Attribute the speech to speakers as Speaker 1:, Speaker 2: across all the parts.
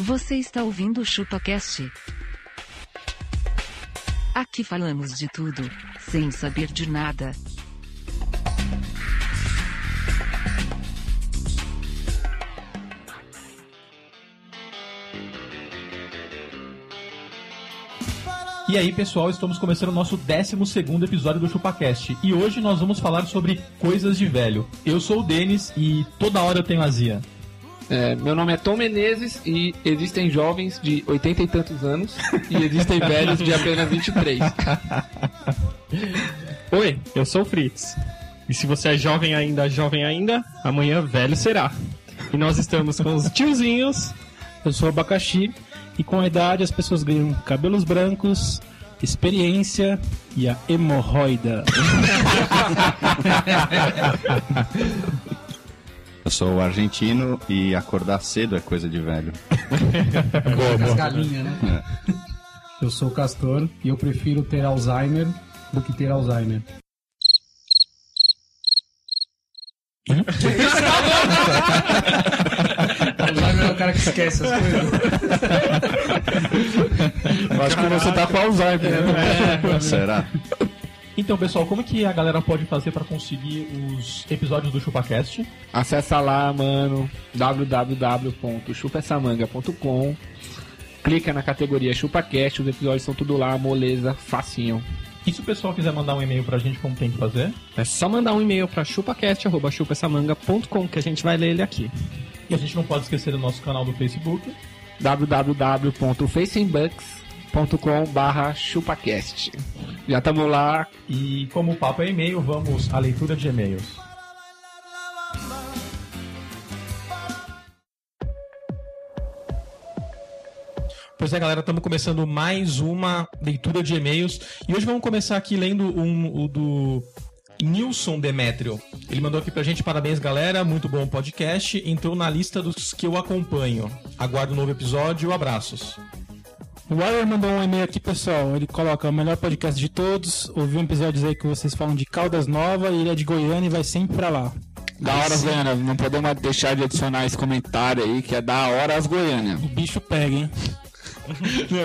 Speaker 1: Você está ouvindo o ChupaCast? Aqui falamos de tudo, sem saber de nada.
Speaker 2: E aí, pessoal, estamos começando o nosso 12 episódio do ChupaCast. E hoje nós vamos falar sobre coisas de velho. Eu sou o Denis e toda hora eu tenho azia.
Speaker 3: É, meu nome é Tom Menezes e existem jovens de 80 e tantos anos e existem velhos de apenas 23.
Speaker 4: Oi, eu sou o Fritz. E se você é jovem ainda, jovem ainda, amanhã velho será. E nós estamos com os tiozinhos.
Speaker 5: Eu sou abacaxi e com a idade as pessoas ganham cabelos brancos, experiência e a hemorroida.
Speaker 6: Eu sou argentino e acordar cedo é coisa de velho.
Speaker 7: As galinhas, né?
Speaker 5: Eu sou o Castor e eu prefiro ter Alzheimer do que ter Alzheimer.
Speaker 7: Alzheimer é o cara que esquece as coisas.
Speaker 3: Eu acho que você tá com Alzheimer, né?
Speaker 8: É
Speaker 6: Será?
Speaker 2: Então, pessoal, como é que a galera pode fazer para conseguir os episódios do ChupaCast?
Speaker 3: Acessa lá, mano, www.chupaessamanga.com Clica na categoria ChupaCast, os episódios são tudo lá, moleza, facinho.
Speaker 2: E se o pessoal quiser mandar um e-mail pra gente, como tem que fazer?
Speaker 4: É só mandar um e-mail para chupacast.chupessamanga.com que a gente vai ler ele aqui.
Speaker 2: E a gente não pode esquecer do nosso canal do Facebook.
Speaker 3: www.facebooks.com barra ChupaCast Já estamos lá,
Speaker 2: E como o papo é e-mail, vamos à leitura de e-mails. Pois é, galera, estamos começando mais uma leitura de e-mails. E hoje vamos começar aqui lendo um, o do Nilson Demetrio. Ele mandou aqui pra gente, parabéns, galera, muito bom o podcast. Entrou na lista dos que eu acompanho. Aguardo um novo episódio, abraços.
Speaker 5: O Warrior mandou um e-mail aqui, pessoal. Ele coloca o melhor podcast de todos. Ouvi um episódio aí que vocês falam de Caldas Nova e ele é de Goiânia e vai sempre pra lá.
Speaker 3: Da hora, Goiânia. Não podemos deixar de adicionar esse comentário aí, que é da hora as Goiânia.
Speaker 5: O bicho pega, hein?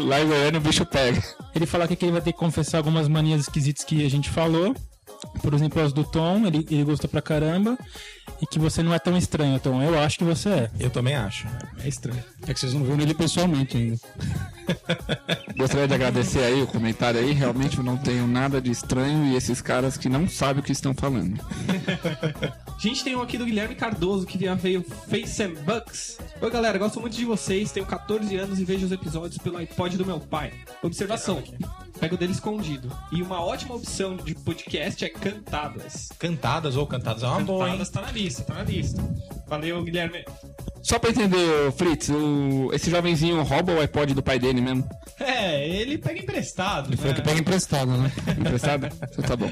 Speaker 3: Lá em Goiânia o bicho pega.
Speaker 5: Ele fala aqui que ele vai ter que confessar algumas manias esquisitas que a gente falou. Por exemplo, as do Tom, ele, ele gostou pra caramba. E que você não é tão estranho, Tom. Eu acho que você é.
Speaker 2: Eu também acho.
Speaker 5: É estranho.
Speaker 9: É que vocês não viram ele pessoalmente ainda.
Speaker 3: Gostaria de agradecer aí o comentário aí. Realmente eu não tenho nada de estranho e esses caras que não sabem o que estão falando.
Speaker 4: Gente, tem um aqui do Guilherme Cardoso que já veio Face and Bucks. Oi, galera, gosto muito de vocês. Tenho 14 anos e vejo os episódios pelo iPod do meu pai. Observação: pego dele escondido. E uma ótima opção de podcast é Cantadas.
Speaker 2: Cantadas ou cantadas é uma boa, hein?
Speaker 4: Cantadas tá na lista, tá na lista. Valeu, Guilherme.
Speaker 3: Só pra entender, ô, Fritz, o- esse jovenzinho rouba o iPod do pai dele mesmo.
Speaker 4: É, ele pega emprestado.
Speaker 9: Foi o que pega emprestado, né?
Speaker 3: Emprestado? Então tá bom.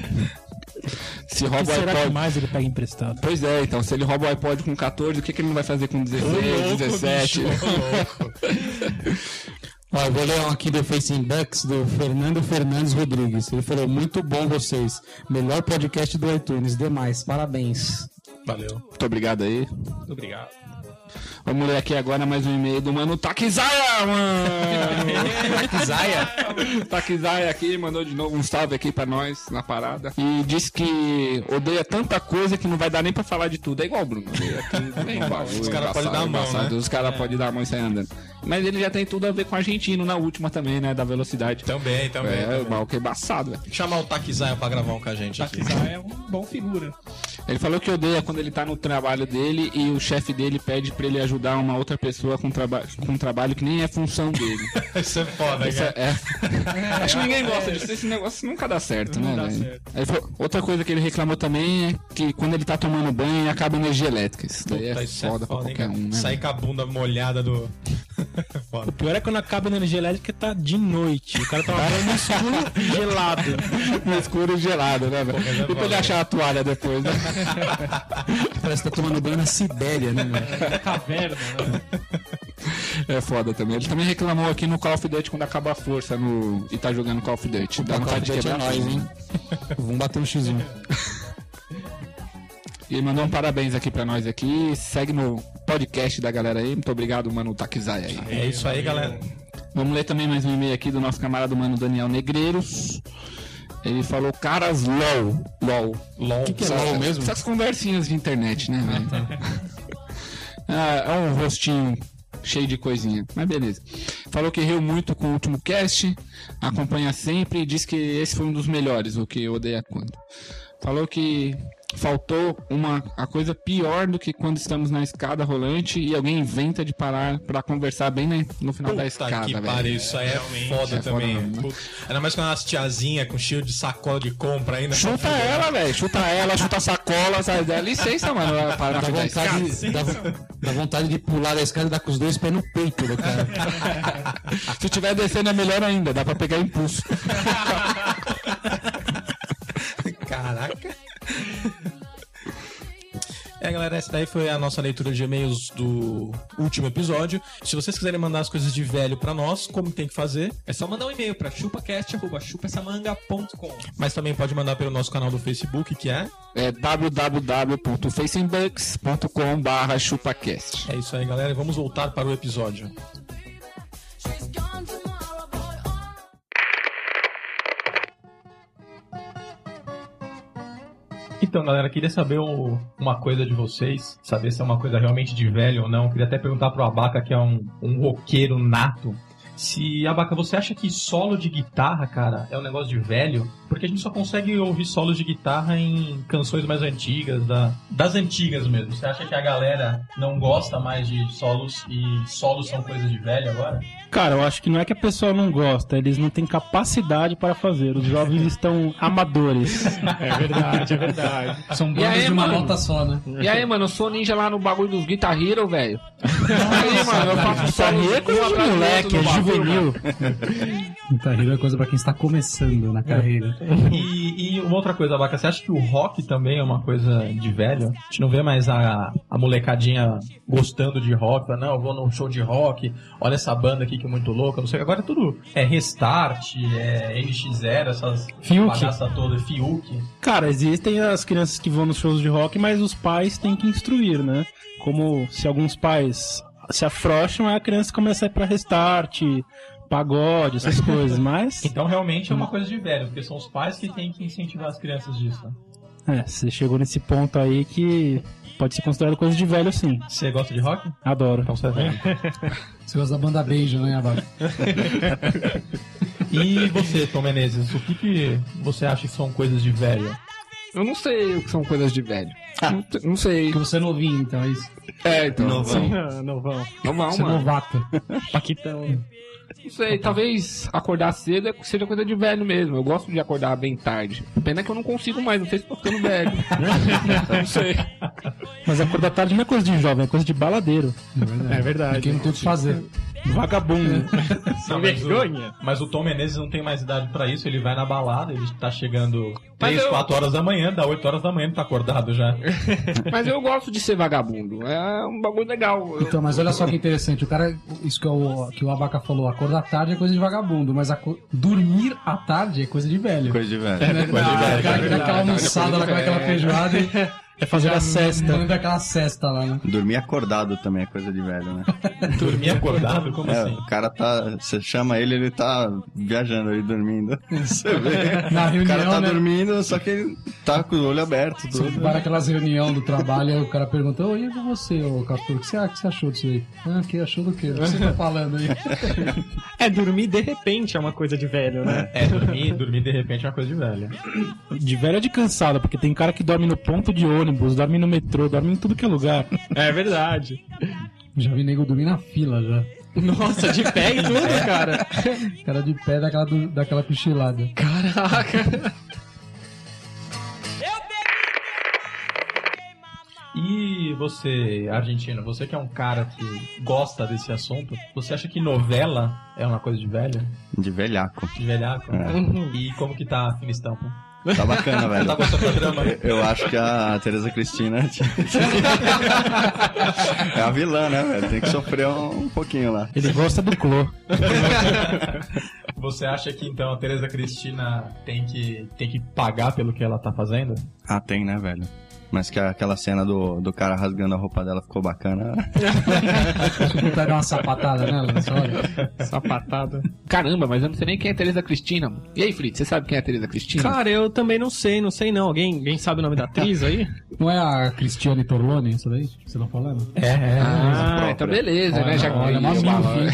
Speaker 3: Se
Speaker 5: O que
Speaker 3: rouba o
Speaker 5: será que
Speaker 3: iPod.
Speaker 5: mais ele pega emprestado?
Speaker 3: Pois é, então, se ele rouba o iPod com 14, o que, que ele não vai fazer com 16, 17?
Speaker 9: Ó, eu vou ler um aqui do Facing Bucks do Fernando Fernandes Rodrigues. Ele falou: Muito bom vocês. Melhor podcast do iTunes. Demais, parabéns.
Speaker 2: Valeu.
Speaker 3: Muito obrigado aí.
Speaker 4: Muito obrigado.
Speaker 3: Vamos ler aqui agora mais um e-mail do mano Takizaya, mano! Takizaya? Takizaya aqui, mandou de novo um salve aqui pra nós na parada. E disse que odeia tanta coisa que não vai dar nem pra falar de tudo. É igual o Bruno. Odeia tudo, é igual.
Speaker 2: Os cara pode dar a mão,
Speaker 3: Embaçado.
Speaker 2: né?
Speaker 3: Os caras podem dar a mão e sair andando. Mas ele já tem tudo a ver com o argentino na última também, né? Da velocidade.
Speaker 2: Também, também.
Speaker 3: é, o
Speaker 2: também.
Speaker 3: mal que é embaçado, velho.
Speaker 2: Chamar o Taquizaya pra gravar um com a gente aqui.
Speaker 4: é um bom figura.
Speaker 3: Ele falou que odeia quando ele tá no trabalho dele e o chefe dele pede pra ele ajudar uma outra pessoa com, traba com um trabalho que nem é função dele.
Speaker 2: Isso é foda,
Speaker 3: Essa- é. Acho que ninguém gosta disso. Esse negócio nunca dá certo, né? velho? Aí foi- Outra coisa que ele reclamou também é que quando ele tá tomando banho, ele acaba a energia elétrica. Isso daí
Speaker 2: Puta,
Speaker 3: é
Speaker 2: isso
Speaker 3: foda pra
Speaker 2: hein,
Speaker 3: qualquer
Speaker 2: cara?
Speaker 3: um, né?
Speaker 2: Sair com a bunda molhada do.
Speaker 5: O
Speaker 2: foda.
Speaker 5: pior é quando acaba a energia elétrica tá de noite. O cara tá no escuro e gelado.
Speaker 3: No escuro e gelado, né, velho?
Speaker 2: mas é
Speaker 3: E pra
Speaker 2: foda.
Speaker 3: ele achar a toalha depois, né?
Speaker 9: Parece que tá tomando banho na Sibéria, né, meu?
Speaker 4: Caverna, né?
Speaker 3: É foda também. Ele também reclamou aqui no Call of Duty quando acaba a força no... e tá jogando Call of Duty. Dá
Speaker 9: Call
Speaker 3: vontade
Speaker 9: of Duty
Speaker 3: de
Speaker 9: é
Speaker 3: quebrar a
Speaker 9: nóis,
Speaker 3: força.
Speaker 9: hein? Vamos bater um X1.
Speaker 3: E mandou um parabéns aqui pra nós aqui. Segue no podcast da galera aí. Muito obrigado, mano Takizai aí.
Speaker 2: É isso aí, galera.
Speaker 3: Vamos ler também mais um e-mail aqui do nosso camarada humano Daniel Negreiros. Ele falou, caras, LOL. LOL.
Speaker 2: LOL.
Speaker 3: que é LOL mesmo? Essas conversinhas de internet, né, velho? ah, é um rostinho cheio de coisinha, mas beleza. Falou que riu muito com o último cast, acompanha sempre e diz que esse foi um dos melhores, o que eu odeio a conta. Falou que faltou uma a coisa pior do que quando estamos na escada rolante e alguém inventa de parar pra conversar bem né, no final da
Speaker 2: Puta
Speaker 3: escada,
Speaker 2: que
Speaker 3: velho.
Speaker 2: pariu, isso aí é foda
Speaker 3: é foda
Speaker 2: também.
Speaker 3: mesmo, né?
Speaker 2: Puta. Ainda mais com as tiazinha com cheio de sacola de compra ainda.
Speaker 3: Chuta
Speaker 2: Filha.
Speaker 3: ela, velho. Chuta ela, chuta a sacola, sai dela. Licença, mano.
Speaker 10: Dá
Speaker 3: Para pra vontade.
Speaker 10: vontade, dá, dá vontade de pular da escada e dar com os dois pés no peito do cara.
Speaker 3: Se tiver descendo é melhor ainda, dá pra pegar impulso.
Speaker 2: Caraca. É, galera, essa daí foi a nossa leitura de e-mails do último episódio. Se vocês quiserem mandar as coisas de velho pra nós, como tem que fazer,
Speaker 11: É só mandar um e-mail pra chupacast.chupessamanga.com.
Speaker 2: mas também pode mandar pelo nosso canal do Facebook, que é.
Speaker 3: É www.facebooks.com.br chupacast.
Speaker 2: É isso aí, galera. e Vamos voltar para o episódio. Então, galera, queria saber o- uma coisa de vocês, saber se é uma coisa realmente de velho ou não. Queria até perguntar pro Abaca, que é um, um roqueiro nato, se, Abaca, você acha que solo de guitarra, cara, é um negócio de velho? Porque a gente só consegue ouvir solos de guitarra em canções mais antigas, da- das antigas mesmo. Você acha que a galera não gosta mais de solos e solos são coisas de velho agora?
Speaker 5: Cara, eu acho que não é que a pessoa não gosta, eles não têm capacidade para fazer. Os jovens estão amadores.
Speaker 4: é
Speaker 8: São
Speaker 3: E aí,
Speaker 8: bandas Um de uma
Speaker 3: mano?
Speaker 8: nota só, né?
Speaker 3: E aí, mano, eu sou ninja lá no bagulho dos Guitar Hero, velho. Aí, mano, eu faço um solo
Speaker 5: Guitar Hero é coisa de moleque, é juvenil.
Speaker 8: Guitar Hero é coisa pra quem está começando na carreira.
Speaker 2: E, e uma outra coisa, Abaca, você acha que o rock também é uma coisa de velho? A gente não vê mais a, a molecadinha gostando de rock, fala, não, eu vou num show de rock, olha essa banda aqui que é muito louca, não sei. Agora é tudo é Restart, é NX0, essas
Speaker 5: Fiuk.
Speaker 2: bagaça toda, Fiuk.
Speaker 5: Cara, existem as crianças que vão nos shows de rock, mas os pais têm que instruir, né? Como se alguns pais se afrouxam, aí a criança começa a ir pra restart, pagode, essas coisas, mas.
Speaker 2: Então realmente é uma coisa de velho, porque são os pais que têm que incentivar as crianças disso. né?
Speaker 5: É, você chegou nesse ponto aí que pode ser considerado coisa de velho, sim.
Speaker 2: Você gosta de rock?
Speaker 5: Adoro.
Speaker 2: Então você é velho.
Speaker 8: Você gosta da banda Beijo, né, Abaco?
Speaker 2: E você, Tom Menezes, o que, que você acha que são coisas de velho?
Speaker 3: Eu não sei o que são coisas de velho. Não, te- não sei.
Speaker 8: Porque você é novinho, então é isso.
Speaker 3: É, então. Não,
Speaker 6: Novão.
Speaker 5: não vão.
Speaker 3: não
Speaker 8: Você é
Speaker 3: mano.
Speaker 8: novato.
Speaker 5: Paquitão.
Speaker 3: Não sei, talvez acordar cedo é- seja coisa de velho mesmo. Eu gosto de acordar bem tarde. Pena que eu não consigo mais, não sei se tô ficando velho. não sei.
Speaker 5: Mas acordar tarde não é coisa de jovem, é coisa de baladeiro.
Speaker 8: É verdade. Quem não tem o que fazer.
Speaker 5: Vagabundo.
Speaker 2: Não, mas vergonha. O, mas o Tom Menezes não tem mais idade pra isso, ele vai na balada, ele tá chegando 3,
Speaker 3: eu-
Speaker 2: 4 horas da manhã, dá 8 horas da manhã, ele tá acordado já.
Speaker 3: Mas eu gosto de ser vagabundo. É um bagulho legal. Eu-
Speaker 8: Então, mas olha só que interessante. O cara, isso que é o, que o Abaca falou, acordar tarde é coisa de vagabundo, mas aco- dormir à tarde é coisa de velho.
Speaker 6: Coisa de velho.
Speaker 8: Né? Ah, o cara que dá aquela almoçada lá com
Speaker 3: coisa de
Speaker 8: aquela feijoada e
Speaker 5: É fazer a
Speaker 8: já
Speaker 5: cesta.
Speaker 8: manda aquela cesta lá, né?
Speaker 6: Dormir acordado também é coisa de velho, né?
Speaker 2: Dormir acordado, como
Speaker 6: É,
Speaker 2: assim?
Speaker 6: o cara tá. Você chama ele, ele tá viajando ali, dormindo. Você vê.
Speaker 8: É. Na
Speaker 6: o cara
Speaker 8: reunião,
Speaker 6: tá
Speaker 8: né?
Speaker 6: dormindo, só que ele tá com o olho aberto, tudo.
Speaker 8: Para aquelas reuniões do trabalho, aí o cara pergunta, ô, e você, ô Castor, o que você, o que você achou disso aí? Ah, que achou do quê? O que você tá falando aí?
Speaker 4: É, dormir de repente é uma coisa de velho, né?
Speaker 2: É, dormir, dormir de repente é uma coisa de velho.
Speaker 5: De velho é de cansada, porque tem cara que dorme no ponto de ônibus, dorme no metrô, dorme em tudo que é lugar.
Speaker 4: É verdade.
Speaker 8: Já vi nego dormir na fila já.
Speaker 4: Nossa, de pé e tudo, cara.
Speaker 8: Cara de pé daquela, do- daquela cochilada.
Speaker 2: E você, argentino, você que é um cara que gosta desse assunto, você acha que novela é uma coisa de velho?
Speaker 6: De velhaco.
Speaker 2: De velhaco? E como que tá a Finistampa?
Speaker 6: Tá bacana, velho.
Speaker 2: Tá gostando do drama?
Speaker 6: Eu acho que a Tereza Cristina é a vilã, né, velho? Tem que sofrer um pouquinho lá.
Speaker 5: Ele gosta do clô.
Speaker 2: Você acha que então a Tereza Cristina tem que, tem que pagar pelo que ela tá fazendo?
Speaker 6: Ah, tem, né, velho? Mas que aquela cena do, do cara rasgando a roupa dela ficou bacana.
Speaker 8: Vou pegar uma sapatada nela, nessa hora.
Speaker 4: Sapatada.
Speaker 3: Caramba, mas eu não sei nem quem é a Teresa Cristina. mano. E aí, Fritz, você sabe quem é a Teresa Cristina?
Speaker 4: Cara, eu também não sei, não sei não. Alguém, alguém sabe o nome da atriz aí?
Speaker 8: Não é a Cristiane Torlone, isso daí? que Você não falando?
Speaker 4: É, é.
Speaker 3: Ah, então beleza, né? Já
Speaker 8: olha, mó
Speaker 3: Ih, o
Speaker 8: milf,
Speaker 3: balão,
Speaker 8: hein?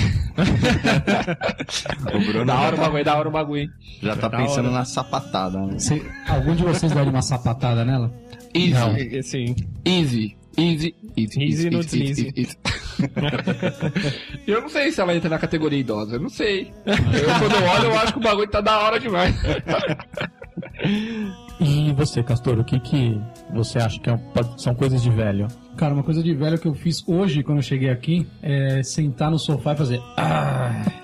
Speaker 6: O Bruno
Speaker 3: Da hora o
Speaker 6: já tá,
Speaker 3: bagulho, da hora o bagulho, hein?
Speaker 6: já tá pensando na sapatada, né?
Speaker 8: Você- algum de vocês daria uma sapatada nela?
Speaker 3: Easy,
Speaker 4: Assim,
Speaker 3: easy, easy, É, easy.
Speaker 4: Easy no deslize.
Speaker 3: easy. eu não sei se ela entra na categoria idosa, eu não sei. Eu, quando eu olho, eu acho que o bagulho tá da hora demais.
Speaker 2: E você, Castor, o que, que você acha que é um- pode- são coisas de velho?
Speaker 8: Cara, uma coisa de velho que eu fiz hoje quando eu cheguei aqui é sentar no sofá e fazer. "Ah".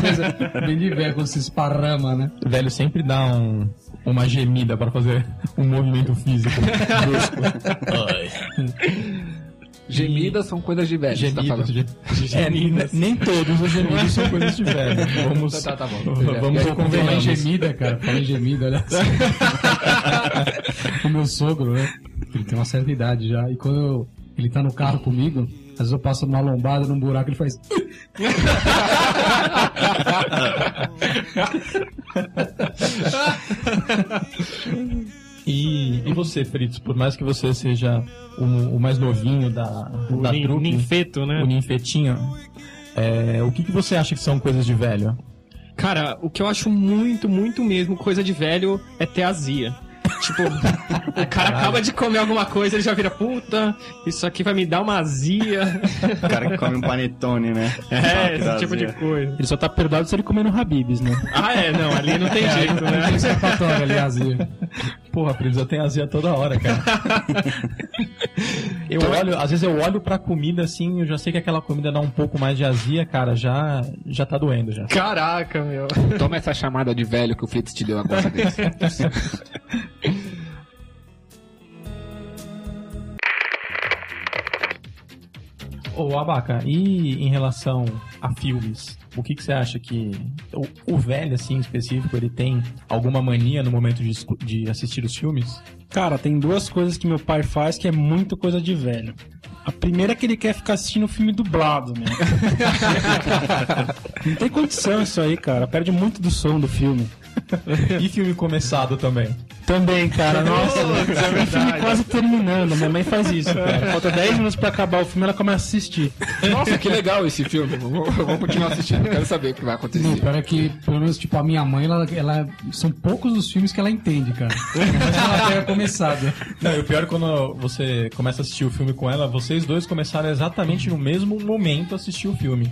Speaker 8: Coisa Bem de velho quando se esparrama, né?
Speaker 2: Velho sempre dá um- uma gemida pra fazer um movimento físico.
Speaker 3: Gemidas são coisas de velho, você tá falando.
Speaker 2: É, nem, nem todos os gemidos são coisas de velho. Vamos,
Speaker 3: Tá, tá bom.
Speaker 2: vamos
Speaker 3: Eu-
Speaker 8: É, Falar em
Speaker 2: Então, convenhamos.
Speaker 8: gemida, cara. Falar em gemida, olha só. o meu sogro, né? Ele tem uma certa idade já. E quando eu- ele tá no carro comigo, às vezes eu passo numa lombada, num buraco, ele faz.
Speaker 2: E, e você, Fritz, por mais que você seja o, o mais novinho da,
Speaker 4: o
Speaker 2: da
Speaker 4: nin-
Speaker 2: trupe,
Speaker 4: ninfeto, né?
Speaker 2: o ninfetinho, é, o que, que você acha que são coisas de velho?
Speaker 4: Cara, o que eu acho muito, muito mesmo coisa de velho é ter azia. Tipo, o cara acaba de comer alguma coisa, ele já vira puta, isso aqui vai me dar uma azia.
Speaker 6: O cara que come um panetone, né?
Speaker 4: É,
Speaker 6: Fala
Speaker 4: esse
Speaker 6: que
Speaker 4: tipo de
Speaker 6: trazia.
Speaker 4: coisa.
Speaker 2: Ele só tá perdoado se ele comer no Habibs, né?
Speaker 4: Ah, é, não, ali não tem jeito, né?
Speaker 8: Sapatório, aliás. e-
Speaker 2: Porra, Fritz, eu tenho azia toda hora, cara. eu olho, às vezes eu olho pra comida assim, eu já sei que aquela comida dá um pouco mais de azia, cara, já, já tá doendo já.
Speaker 4: Caraca, meu.
Speaker 3: Toma essa chamada de velho que o Fritz te deu agora. Denis.
Speaker 2: Ô, Abaca, e em relação a filmes, o que, que você acha que o, o velho, assim, em específico, ele tem alguma mania no momento de, esco- de assistir os filmes?
Speaker 5: Cara, tem duas coisas que meu pai faz que é muito coisa de velho. A primeira é que ele quer ficar assistindo filme dublado, né? Não tem condição isso aí, cara. Perde muito do som do filme.
Speaker 2: E filme começado também.
Speaker 5: Também, cara. Nossa, o filme quase terminando. Minha mãe faz
Speaker 2: É.
Speaker 5: isso, cara. Falta 10 minutos pra acabar o filme, ela começa a assistir.
Speaker 3: Nossa, que legal esse filme. Vamos, vamos continuar assistindo, eu quero saber o que vai
Speaker 8: Não,
Speaker 3: acontecer.
Speaker 8: pior é que, pelo menos, tipo, a minha mãe, ela, ela- São poucos os filmes que ela entende, cara. Mas ela né? pega começado.
Speaker 2: Não, e o pior é quando você começa a assistir o filme com ela, vocês dois começaram exatamente no mesmo momento a assistir o filme.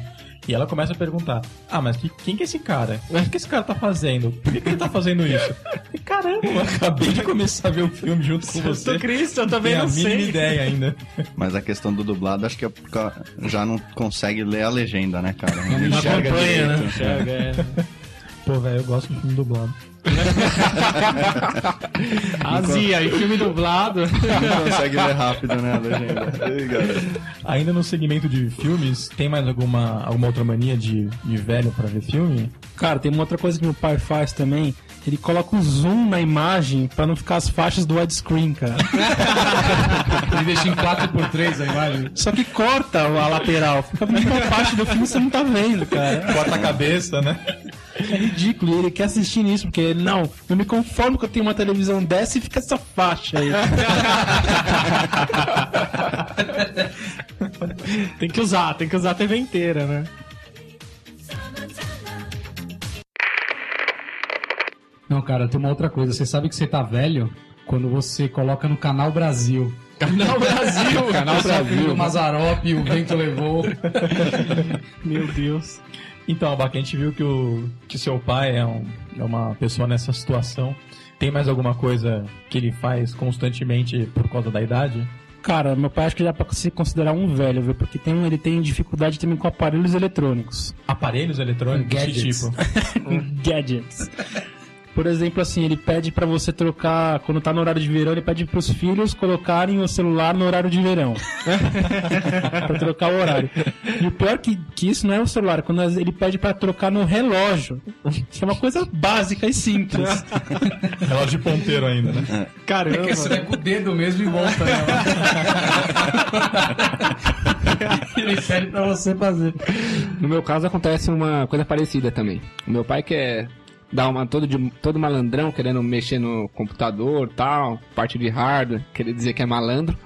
Speaker 2: E ela começa a perguntar: Ah, mas que- quem que é esse cara? O que, que esse cara tá fazendo? Por que, que ele tá fazendo isso? E, Caramba, eu acabei de começar a ver o filme junto com você.
Speaker 4: Santo Cristo, eu também
Speaker 2: Tem a
Speaker 4: não
Speaker 2: mínima
Speaker 4: sei.
Speaker 2: ideia ainda.
Speaker 6: Mas a questão do dublado, acho que é porque já não consegue ler a legenda, né, cara? Não enxerga
Speaker 4: né?
Speaker 6: direito.
Speaker 4: é.
Speaker 2: Pô, velho, eu gosto de filme dublado.
Speaker 4: Azia, e filme dublado.
Speaker 6: Não consegue ler rápido, né, a legenda. Ei, galera.
Speaker 2: Ainda no segmento de filmes, tem mais alguma, alguma outra mania de, de velho pra ver filme?
Speaker 5: Cara, tem uma outra coisa que meu pai faz também. Ele coloca o zoom na imagem pra não ficar as faixas do widescreen, cara.
Speaker 8: Ele deixa em 4x3 a imagem.
Speaker 5: Só que corta a lateral. Fica uma parte do filme que você não tá vendo, cara.
Speaker 2: Corta a cabeça, né?
Speaker 5: É ridículo, e ele quer assistir nisso, porque ele, não, eu me conformo que eu tenho uma televisão dessa e fica essa faixa aí.
Speaker 4: Tem que usar, tem que usar a TV inteira, né?
Speaker 8: Não, cara, tem uma outra coisa. Você sabe que você tá velho quando você coloca no Canal Brasil.
Speaker 4: Canal Brasil!
Speaker 8: Canal Brasil. O Mazarop, o vento levou.
Speaker 4: Meu Deus.
Speaker 2: Então, Abaca, a gente viu que o que seu pai é, um- é uma pessoa nessa situação. Tem mais alguma coisa que ele faz constantemente por causa da idade?
Speaker 5: Cara, meu pai acho que dá pra se considerar um velho, viu? Porque tem, um- ele tem dificuldade também com aparelhos eletrônicos.
Speaker 2: tipo? Aparelhos eletrônicos? Que
Speaker 8: Gadgets.
Speaker 2: tipo?
Speaker 5: Gadgets. Por exemplo, assim, ele pede pra você trocar, quando tá no horário de verão, ele pede pros filhos colocarem o celular no horário de verão. pra trocar o horário. E o pior que, que isso não é o celular, quando as- ele pede pra trocar no relógio. Que é uma coisa básica e simples.
Speaker 2: Relógio de ponteiro ainda, né?
Speaker 4: Caramba.
Speaker 8: É que você vai com o dedo mesmo e volta. Né? Ele pede pra você fazer.
Speaker 3: No meu caso acontece uma coisa parecida também. O meu pai quer dar uma todo de todo malandrão querendo mexer no computador, tal, parte de hardware, querer dizer que é malandro.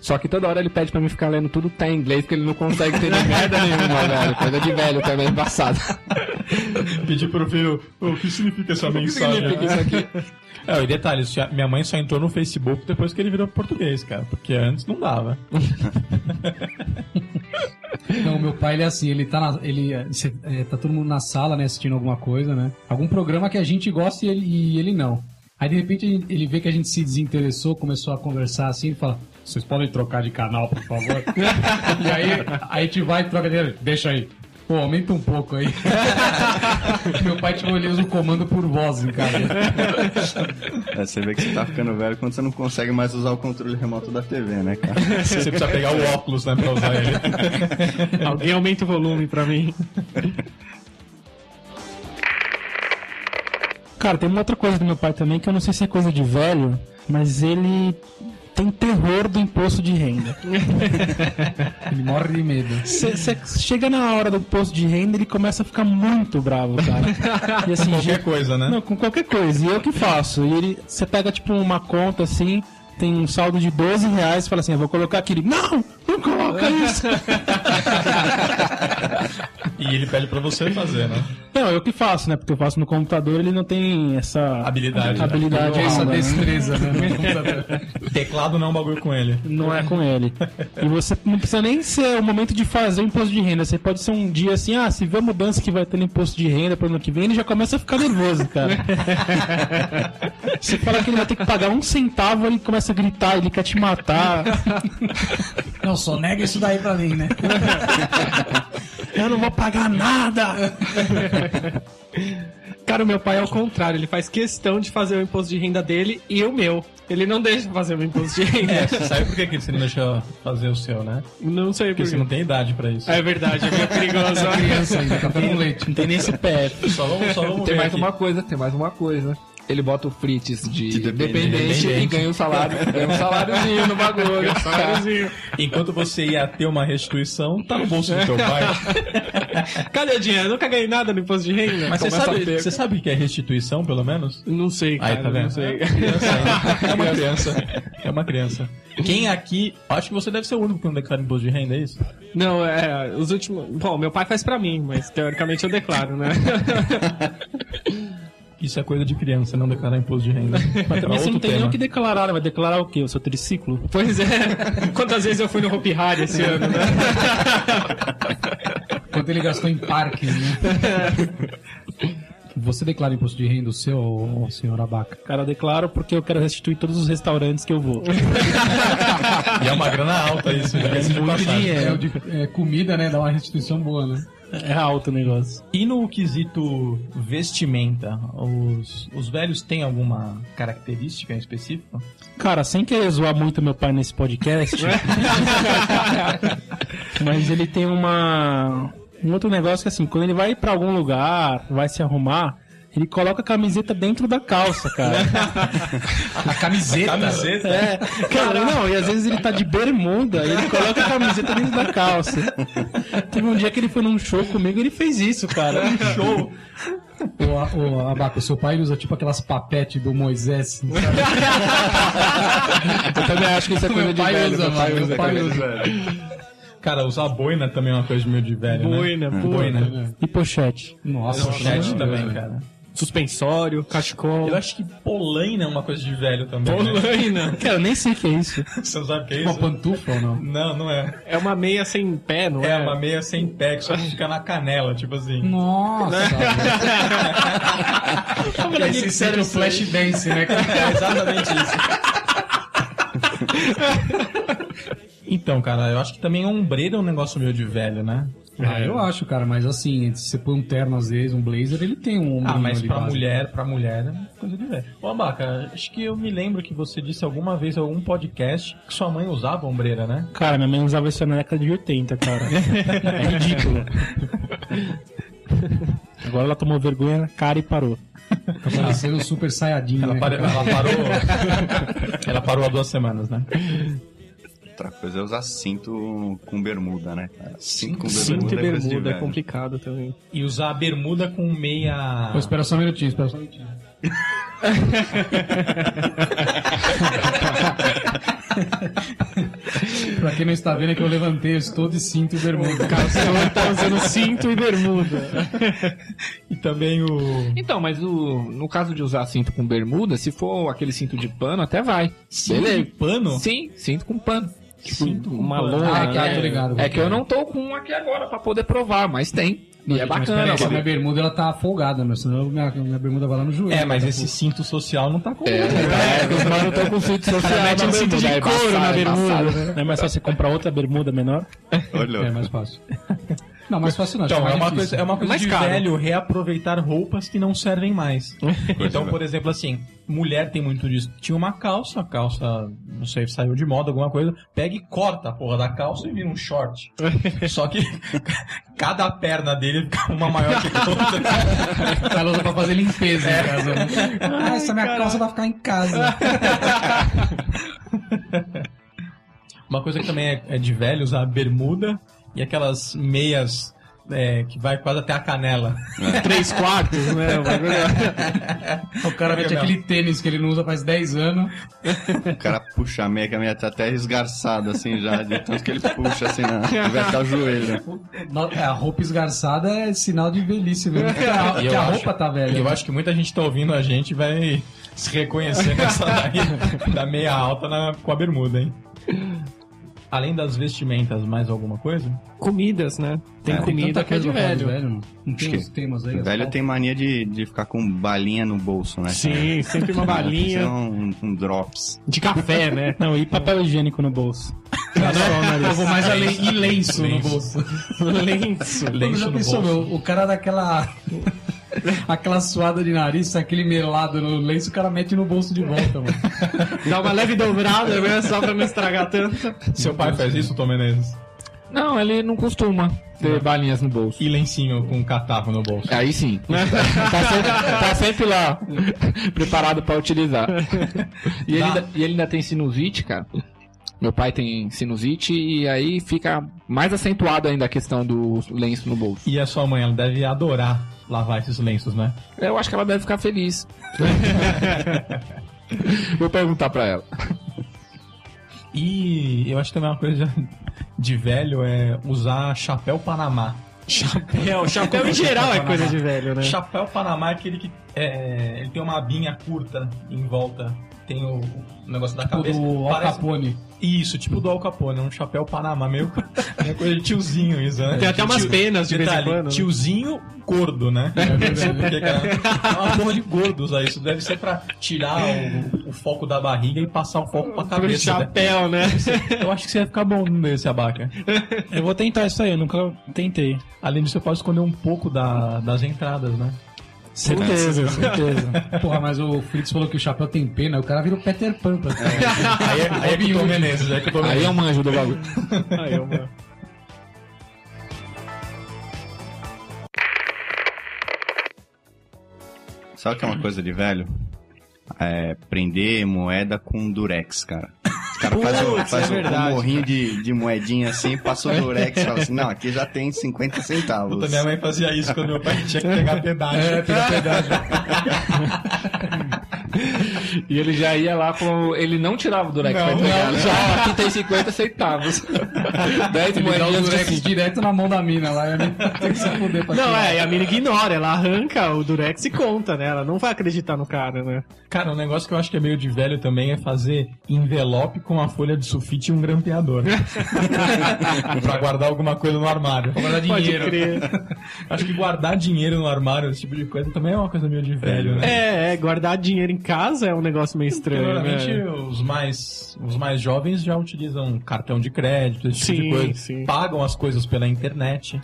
Speaker 3: Só que toda hora ele pede pra mim ficar lendo tudo que tá em inglês que ele não consegue entender merda nenhuma, velho. Coisa de velho também passado.
Speaker 2: Pedir pro filho, "Ô, É. o que significa essa mensagem? É, e detalhe, isso já- minha mãe só entrou no Facebook depois que ele virou português, cara. Porque antes não dava.
Speaker 8: Não, meu pai, ele é assim, ele tá na, ele, eh, cê- eh, tá todo mundo na sala, né, assistindo alguma coisa, né? Algum programa que a gente gosta e ele, e ele não. Aí, de repente, ele- ele vê que a gente se desinteressou, começou a conversar assim, ele fala, vocês podem trocar de canal, por favor? e aí, aí a gente vai e troca de deixa aí. Pô, aumenta um pouco aí. meu pai, tipo, ele usa o comando por voz, cara.
Speaker 6: É, você vê que você tá ficando velho quando você não consegue mais usar o controle remoto da TV, né, cara?
Speaker 2: Você precisa pegar o óculos, né, pra usar ele.
Speaker 4: Alguém aumenta o volume pra mim.
Speaker 5: Cara, tem uma outra coisa do meu pai também que eu não sei se é coisa de velho, mas ele tem terror do imposto de renda.
Speaker 8: Ele morre de medo.
Speaker 5: Você chega na hora do imposto de renda, ele começa a ficar muito bravo, cara. E assim,
Speaker 2: Qualquer
Speaker 5: já-
Speaker 2: coisa, né?
Speaker 5: Não, com qualquer coisa. E eu que faço. E ele, você pega tipo uma conta assim, tem um saldo de 12 reais e fala assim: eu vou colocar aquele. Não! Não coloca isso!
Speaker 2: E ele pede pra você fazer, né?
Speaker 5: não, eu que faço, né? Porque eu faço no computador, ele não tem essa
Speaker 2: Habilidade, né?
Speaker 5: habilidade
Speaker 8: Essa
Speaker 5: ainda, né?
Speaker 8: destreza, né? no computador.
Speaker 2: Teclado não é um bagulho com ele.
Speaker 5: Não é com ele. E você não precisa nem ser o momento de fazer o imposto de renda. Você pode ser um dia assim, ah, se vê a mudança que vai ter no imposto de renda pro ano que vem, ele já começa a ficar nervoso, cara. você fala que ele vai ter que pagar um centavo, ele começa a gritar, ele quer te matar.
Speaker 8: Não, só nega isso daí pra mim, né?
Speaker 5: Eu não vou pagar nada!
Speaker 4: Cara, o meu pai é o contrário, ele faz questão de fazer o imposto de renda dele e o meu. Ele não deixa eu fazer o imposto de renda.
Speaker 2: É, você sabe por que que você não deixa fazer o seu, né?
Speaker 4: Não sei por
Speaker 2: Porque você
Speaker 4: quê.
Speaker 2: não tem idade pra isso.
Speaker 4: É verdade, é meio perigoso.
Speaker 8: Criança ainda, café com leite.
Speaker 5: Não tem nem CPF.
Speaker 2: Só vamos, só vamos
Speaker 3: Tem
Speaker 2: ver
Speaker 3: mais
Speaker 2: aqui.
Speaker 3: uma coisa, tem mais uma coisa. Ele bota o Fritz de,
Speaker 6: De
Speaker 3: dependente,
Speaker 6: dependente.
Speaker 3: e ganha um salário, ganha um saláriozinho no bagulho.
Speaker 2: Enquanto você ia ter uma restituição, tá no bolso do teu pai.
Speaker 4: Cadê o dinheiro? Eu nunca ganhei nada no imposto de renda. né?
Speaker 2: Mas você
Speaker 3: Começa
Speaker 2: sabe,
Speaker 3: a ter.
Speaker 2: você sabe o que é restituição, pelo menos?
Speaker 4: Não sei, cara.
Speaker 2: Aí, tá vendo?
Speaker 4: Não sei.
Speaker 2: É uma criança. É uma criança. Quem aqui. Acho que você deve ser o único que não declara imposto de renda, é isso?
Speaker 4: Não, é, os últimos. Bom, meu pai faz pra mim, mas teoricamente eu declaro, né?
Speaker 2: Isso é coisa de criança, não declarar imposto de renda. Mas
Speaker 5: Também você não tem nem o que declarar, né? Vai declarar o quê? O seu triciclo?
Speaker 4: Pois é. Quantas vezes eu fui no Hopi Hari esse ano, né?
Speaker 8: Quanto ele gastou em né? parques, né? Você declara imposto de renda o seu, ô, ô, senhor Abaca?
Speaker 5: Cara, eu declaro porque eu quero restituir todos os restaurantes que eu vou.
Speaker 2: E é uma grana alta isso, né? já diga-se de
Speaker 5: Muito
Speaker 2: passagem.
Speaker 8: É, o
Speaker 5: dinheiro.
Speaker 8: de é, comida, né? Dá uma restituição boa, né?
Speaker 5: É alto o negócio.
Speaker 2: E no quesito vestimenta, os, os velhos têm alguma característica em específico?
Speaker 5: Cara, sem querer zoar muito meu pai nesse podcast, mas ele tem uma um outro negócio que assim, quando ele vai pra algum lugar, vai se arrumar, ele coloca a camiseta dentro da calça, cara.
Speaker 8: A camiseta.
Speaker 2: Camiseta?
Speaker 5: É, cara, não, e às vezes ele tá de bermuda e ele coloca a camiseta dentro da calça. Teve um dia que ele foi num show comigo e ele fez isso, cara. Um show.
Speaker 8: Ô, a- ô, Abaca, o seu pai ele usa tipo aquelas papetes do Moisés. sabe?
Speaker 3: Eu também acho que isso é coisa
Speaker 8: Meu
Speaker 3: de
Speaker 8: pai
Speaker 3: velho.
Speaker 8: usa,
Speaker 3: meu pai
Speaker 8: mano,
Speaker 3: usa,
Speaker 8: meu pai
Speaker 3: coisa de
Speaker 4: É
Speaker 8: usa.
Speaker 3: velho.
Speaker 2: Cara, usar boina também é uma coisa de meio de velho,
Speaker 4: Boina,
Speaker 2: né?
Speaker 4: boina.
Speaker 5: E pochete.
Speaker 8: Nossa,
Speaker 2: Pochete
Speaker 8: mano,
Speaker 2: também,
Speaker 8: velho.
Speaker 2: cara.
Speaker 4: Suspensório, cachecol.
Speaker 2: Eu acho que polaina é uma coisa de velho também. Né?
Speaker 4: Polaina.
Speaker 5: Cara, eu nem sei o que é isso.
Speaker 2: Você não sabe o que é
Speaker 8: Uma
Speaker 2: isso?
Speaker 8: pantufa ou não?
Speaker 2: Não, não é.
Speaker 4: É uma meia sem pé, não é?
Speaker 2: É uma meia sem pé, que só fica na canela, tipo assim.
Speaker 8: Nossa, velho. Esse sério flash dance, né? cara?
Speaker 2: É exatamente isso. Então, cara, eu acho que também ombreira é um negócio meio um de velho, né?
Speaker 8: Ah, eu acho, cara, mas assim, se você põe um terno às vezes, um blazer, ele tem um
Speaker 2: Ah,
Speaker 8: ombrinho
Speaker 2: mas
Speaker 8: ali
Speaker 2: pra
Speaker 8: básico.
Speaker 2: mulher, pra mulher é coisa de velho. Ô, Abaca, acho que eu me lembro que você disse alguma vez em algum podcast que sua mãe usava ombreira, né?
Speaker 5: Cara, minha mãe usava isso na década de 80, cara. É ridículo. Agora ela tomou vergonha na cara e parou.
Speaker 8: Tá parecendo um super saiyajin, né?
Speaker 2: Pare- Ela parou. ela parou há duas semanas, né?
Speaker 6: Outra coisa é usar cinto com bermuda, né? cara? Cinto com
Speaker 4: Cinto e
Speaker 6: coisa de
Speaker 4: bermuda é
Speaker 6: velho.
Speaker 4: complicado também.
Speaker 2: E usar bermuda com meia.
Speaker 8: Pô, espera só um minutinho, espera só um minutinho. pra quem não está vendo é que eu levantei, eu estou de cinto e bermuda.
Speaker 4: Cara, o senhor tá usando cinto e bermuda.
Speaker 2: E também o.
Speaker 12: Então, mas o, no caso de usar cinto com bermuda, se for aquele cinto de pano, até vai.
Speaker 2: De pano?
Speaker 12: Sim, cinto com pano.
Speaker 2: Cinto com
Speaker 4: Uma
Speaker 2: pano.
Speaker 4: lona.
Speaker 8: Ah, tá,
Speaker 12: é,
Speaker 8: tô ligado.
Speaker 12: é que eu não tô com um aqui agora pra poder provar, mas tem.
Speaker 8: Não,
Speaker 12: e é
Speaker 8: gente, mas
Speaker 12: bacana.
Speaker 8: peraí, que
Speaker 12: mano.
Speaker 8: minha bermuda ela tá folgada, meu, senão minha, minha bermuda vai lá no joelho.
Speaker 2: É, mas esse cinto social não tá com.
Speaker 12: É, os mano estão com cinto social. Mete um cinto de couro na bermuda.
Speaker 5: Não é mais só você comprar outra bermuda menor?
Speaker 6: Olha,
Speaker 8: É mais fácil. Não, mais fácil não. acho
Speaker 2: Então,
Speaker 8: mais
Speaker 2: é uma,
Speaker 8: difícil.
Speaker 2: coisa, é uma coisa
Speaker 4: Mais
Speaker 2: de
Speaker 4: caro.
Speaker 2: velho reaproveitar roupas que não servem mais. então, por exemplo, assim, mulher tem muito disso. Tinha uma calça, a calça, não sei, saiu de moda, alguma coisa, pega e corta a porra da calça e vira um short. Só que cada perna dele fica uma maior que a outra. É.
Speaker 8: Ela usa pra fazer limpeza em casa. né? Ah, essa minha calça vai ficar em casa.
Speaker 2: Uma coisa que também é, é de velho usar bermuda e aquelas meias é, que vai quase até a canela.
Speaker 4: Três quartos, né? O bagulho é-
Speaker 8: O cara mete aquele tênis É que ele não usa faz 10 anos.
Speaker 6: o cara puxa a meia, que a meia tá até esgarçada, assim, já. De tanto que ele puxa, assim, na... vai até o joelho.
Speaker 8: No- é, A roupa esgarçada é sinal de velhice mesmo. Que a,
Speaker 2: E
Speaker 8: que
Speaker 2: eu
Speaker 8: a
Speaker 2: acho-
Speaker 8: roupa tá
Speaker 2: E Eu
Speaker 8: velha.
Speaker 2: acho que muita gente tá ouvindo a gente e vai se reconhecer nessa daí da meia alta na- com a bermuda, hein? Além das vestimentas, mais alguma coisa?
Speaker 4: Comidas, né? Tem
Speaker 6: É, tem
Speaker 4: comida
Speaker 8: Tanta
Speaker 4: que é de
Speaker 8: tá coisa né? pra falar
Speaker 4: velho.
Speaker 8: mano. Não tem
Speaker 6: Acho
Speaker 8: uns temas aí. assim,
Speaker 6: velho tem mania de, de ficar com balinha no bolso, né? cara?
Speaker 4: Sim, sempre uma
Speaker 6: Isso é
Speaker 4: balinha.
Speaker 6: um, um drops.
Speaker 4: De café, né?
Speaker 5: Não, e papel higiênico no bolso.
Speaker 8: Eu vou mais além. E lenço,
Speaker 2: Lenço.
Speaker 8: no bolso.
Speaker 4: Lenço.
Speaker 2: Lenço
Speaker 8: já
Speaker 2: no
Speaker 8: pensou,
Speaker 2: bolso.
Speaker 8: meu? O cara daquela. Aquela suada de nariz, aquele melado no lenço, o cara mete no bolso de volta, mano.
Speaker 4: Dá uma leve dobrada, né? Só pra não estragar tanto.
Speaker 2: Seu pai faz isso, Tom Menezes?
Speaker 12: Não, ele não costuma ter balinhas no bolso.
Speaker 2: E lencinho com catarro no bolso.
Speaker 12: Aí sim. tá, sempre, tá sempre lá, preparado pra utilizar. E ele,
Speaker 2: Dá.
Speaker 12: ainda, e ele ainda tem sinusite, cara. Meu pai tem sinusite e aí fica mais acentuado ainda a questão do lenço no bolso.
Speaker 2: E a sua mãe, ela deve adorar lavar esses lenços, né?
Speaker 12: Eu acho que ela deve ficar feliz. Vou perguntar pra ela.
Speaker 2: E eu acho também uma coisa de velho é usar chapéu Panamá.
Speaker 4: É, o chapéu em geral é coisa de velho, né?
Speaker 2: Chapéu Panamá é aquele que é, ele tem uma abinha curta em volta. Tem o, o negócio da
Speaker 8: Tipo
Speaker 2: cabeça.
Speaker 8: do Al
Speaker 2: Parece-
Speaker 8: Capone.
Speaker 2: Isso, tipo do Al Capone, um chapéu Panamá, meio, meio coisa de tiozinho isso, né?
Speaker 4: Tem até umas
Speaker 2: Tio-
Speaker 4: penas de vez em
Speaker 2: Detalhe,
Speaker 4: quando. né?
Speaker 2: tiozinho gordo, né? Não sei porque, cara. É uma porra de gordo usar isso. Deve ser pra tirar o, o foco da barriga e passar o foco pra
Speaker 4: Pro
Speaker 2: cabeça. né?
Speaker 4: chapéu, né?
Speaker 2: Eu acho que você ia ficar bom nesse abaca.
Speaker 5: Eu vou tentar isso aí, eu nunca tentei.
Speaker 2: Além disso, você pode esconder um pouco da- das entradas, né?
Speaker 5: Certeza, certeza.
Speaker 8: Porra, mas o Fritz falou que o chapéu tem pena, o cara vira o Peter Pan pra
Speaker 2: Aí é, aí é que eu tô Menezes, é que eu tô Menezes.
Speaker 3: Aí eu manjo do bagulho.
Speaker 4: Aí, eu, mano.
Speaker 6: Sabe o que é uma coisa de velho? É prender moeda com durex, cara. Os caras fazem um, faz um- um morrinho de, de moedinha assim, passa o durex e fala assim, não, aqui já tem 50 centavos.
Speaker 2: Puta, minha mãe fazia isso quando meu pai tinha que pegar pedágio.
Speaker 8: é,
Speaker 12: E ele já ia lá com. Ele não tirava o durex
Speaker 2: Não,
Speaker 12: pra entregar.
Speaker 2: não.
Speaker 12: né? Já, aqui tem 50 centavos. 10
Speaker 8: Ele dá
Speaker 12: moedinhas
Speaker 8: o
Speaker 12: de
Speaker 8: durex É direto na mão da mina lá. E a mina tem que se fuder pra
Speaker 4: Não,
Speaker 8: tirar.
Speaker 4: é, e a mina ignora, ela arranca o Durex e conta, né? Ela não vai acreditar no cara, né?
Speaker 2: Cara, um negócio que eu acho que é meio de velho também é fazer envelope com a folha de sulfite e um grampeador. pra guardar alguma coisa no armário.
Speaker 8: Guarda dinheiro.
Speaker 4: Pode crer.
Speaker 2: Acho que guardar dinheiro no armário, esse tipo de coisa, também é uma coisa meio de velho, né?
Speaker 4: É, é, guardar dinheiro em casa é um negócio meio estranho,
Speaker 2: Normalmente
Speaker 4: né?
Speaker 2: os mais, os mais jovens já utilizam cartão de crédito, esse tipo
Speaker 4: Sim,
Speaker 2: de coisa.
Speaker 4: sim.
Speaker 2: Pagam as coisas pela internet.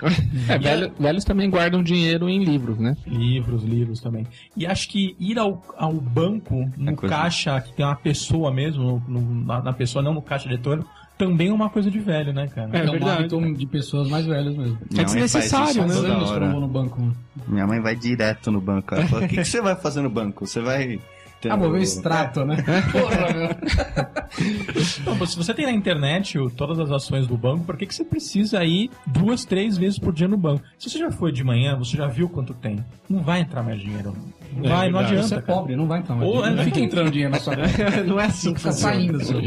Speaker 3: É, velho- velhos também guardam dinheiro em livros, né?
Speaker 2: livros, livros também. E acho que ir ao, ao banco, no
Speaker 6: coisa-
Speaker 2: caixa, que tem uma pessoa mesmo, no- no- na, na pessoa, não no caixa de retorno, também é uma coisa de velho, né, cara?
Speaker 4: É
Speaker 8: É um
Speaker 4: verdade.
Speaker 8: hábito de pessoas mais velhas mesmo.
Speaker 6: Minha mãe faz isso
Speaker 8: Faz
Speaker 6: toda
Speaker 8: anos que eu não
Speaker 6: hora.
Speaker 8: vou no banco.
Speaker 6: Minha mãe vai direto no banco. Ela fala, o que, que você vai fazer no banco? Você vai... ter
Speaker 8: Ah,
Speaker 6: o-
Speaker 8: vou ver o extrato, né? Porra, meu.
Speaker 2: Então, se você tem na internet o- todas as ações do banco, por que, que você precisa ir duas, três vezes por dia no banco? Se você já foi de manhã, você já viu quanto tem. Não vai entrar mais dinheiro. Não vai, não adianta.
Speaker 8: Você é
Speaker 2: cara.
Speaker 8: pobre, não vai entrar.
Speaker 2: Ou-
Speaker 8: Ou, não fica entrando dinheiro na sua conta.
Speaker 4: Não é assim que
Speaker 8: né? Fica
Speaker 4: funciona.
Speaker 8: saindo do seu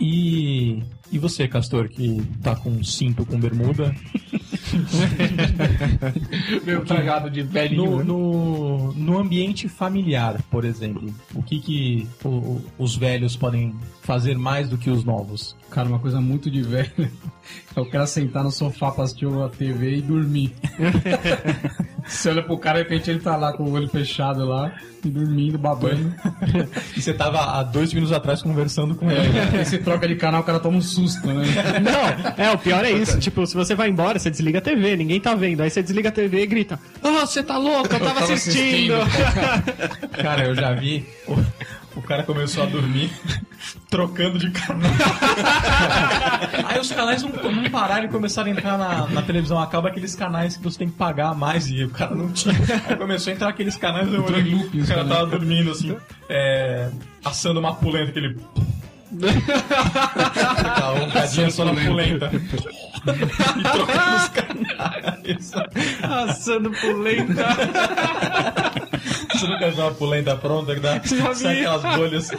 Speaker 2: E, e você, Castor, que tá com um cinto com bermuda?
Speaker 8: Meu tragado de
Speaker 2: No, no, no ambiente familiar, por exemplo, o que, que o- o- os velhos podem fazer mais do que os novos?
Speaker 8: Cara, uma coisa muito de velho é o cara sentar no sofá pra assistir a TV e dormir. Você olha pro cara, de repente ele tá lá com o olho fechado lá, e dormindo, babando.
Speaker 2: E você tava há dois minutos atrás conversando com ele.
Speaker 8: É, aí você troca de canal, o cara toma um susto, né?
Speaker 4: Não, é, o pior é isso. Tipo, se você vai embora, você desliga a TV, ninguém tá vendo. Aí você desliga a TV e grita: Ah, você tá louco, eu tava,
Speaker 8: tava
Speaker 4: assistindo.
Speaker 2: Cara, eu já vi. O, o cara começou a dormir trocando de canal. Aí os canais não, não pararam e começaram a entrar na, na televisão. Acaba aqueles canais que você tem que pagar a mais e o cara não tinha. Aí começou a entrar aqueles canais eu olhei, O cara tava dormindo assim, é, assando uma pulenta, aquele. Tá, um cadinho só na pulenta. e trocando os canais.
Speaker 4: Passando pulenta.
Speaker 2: Você nunca viu uma polenta pronta que dá
Speaker 4: Já
Speaker 2: sai
Speaker 4: vi.
Speaker 2: aquelas bolhas?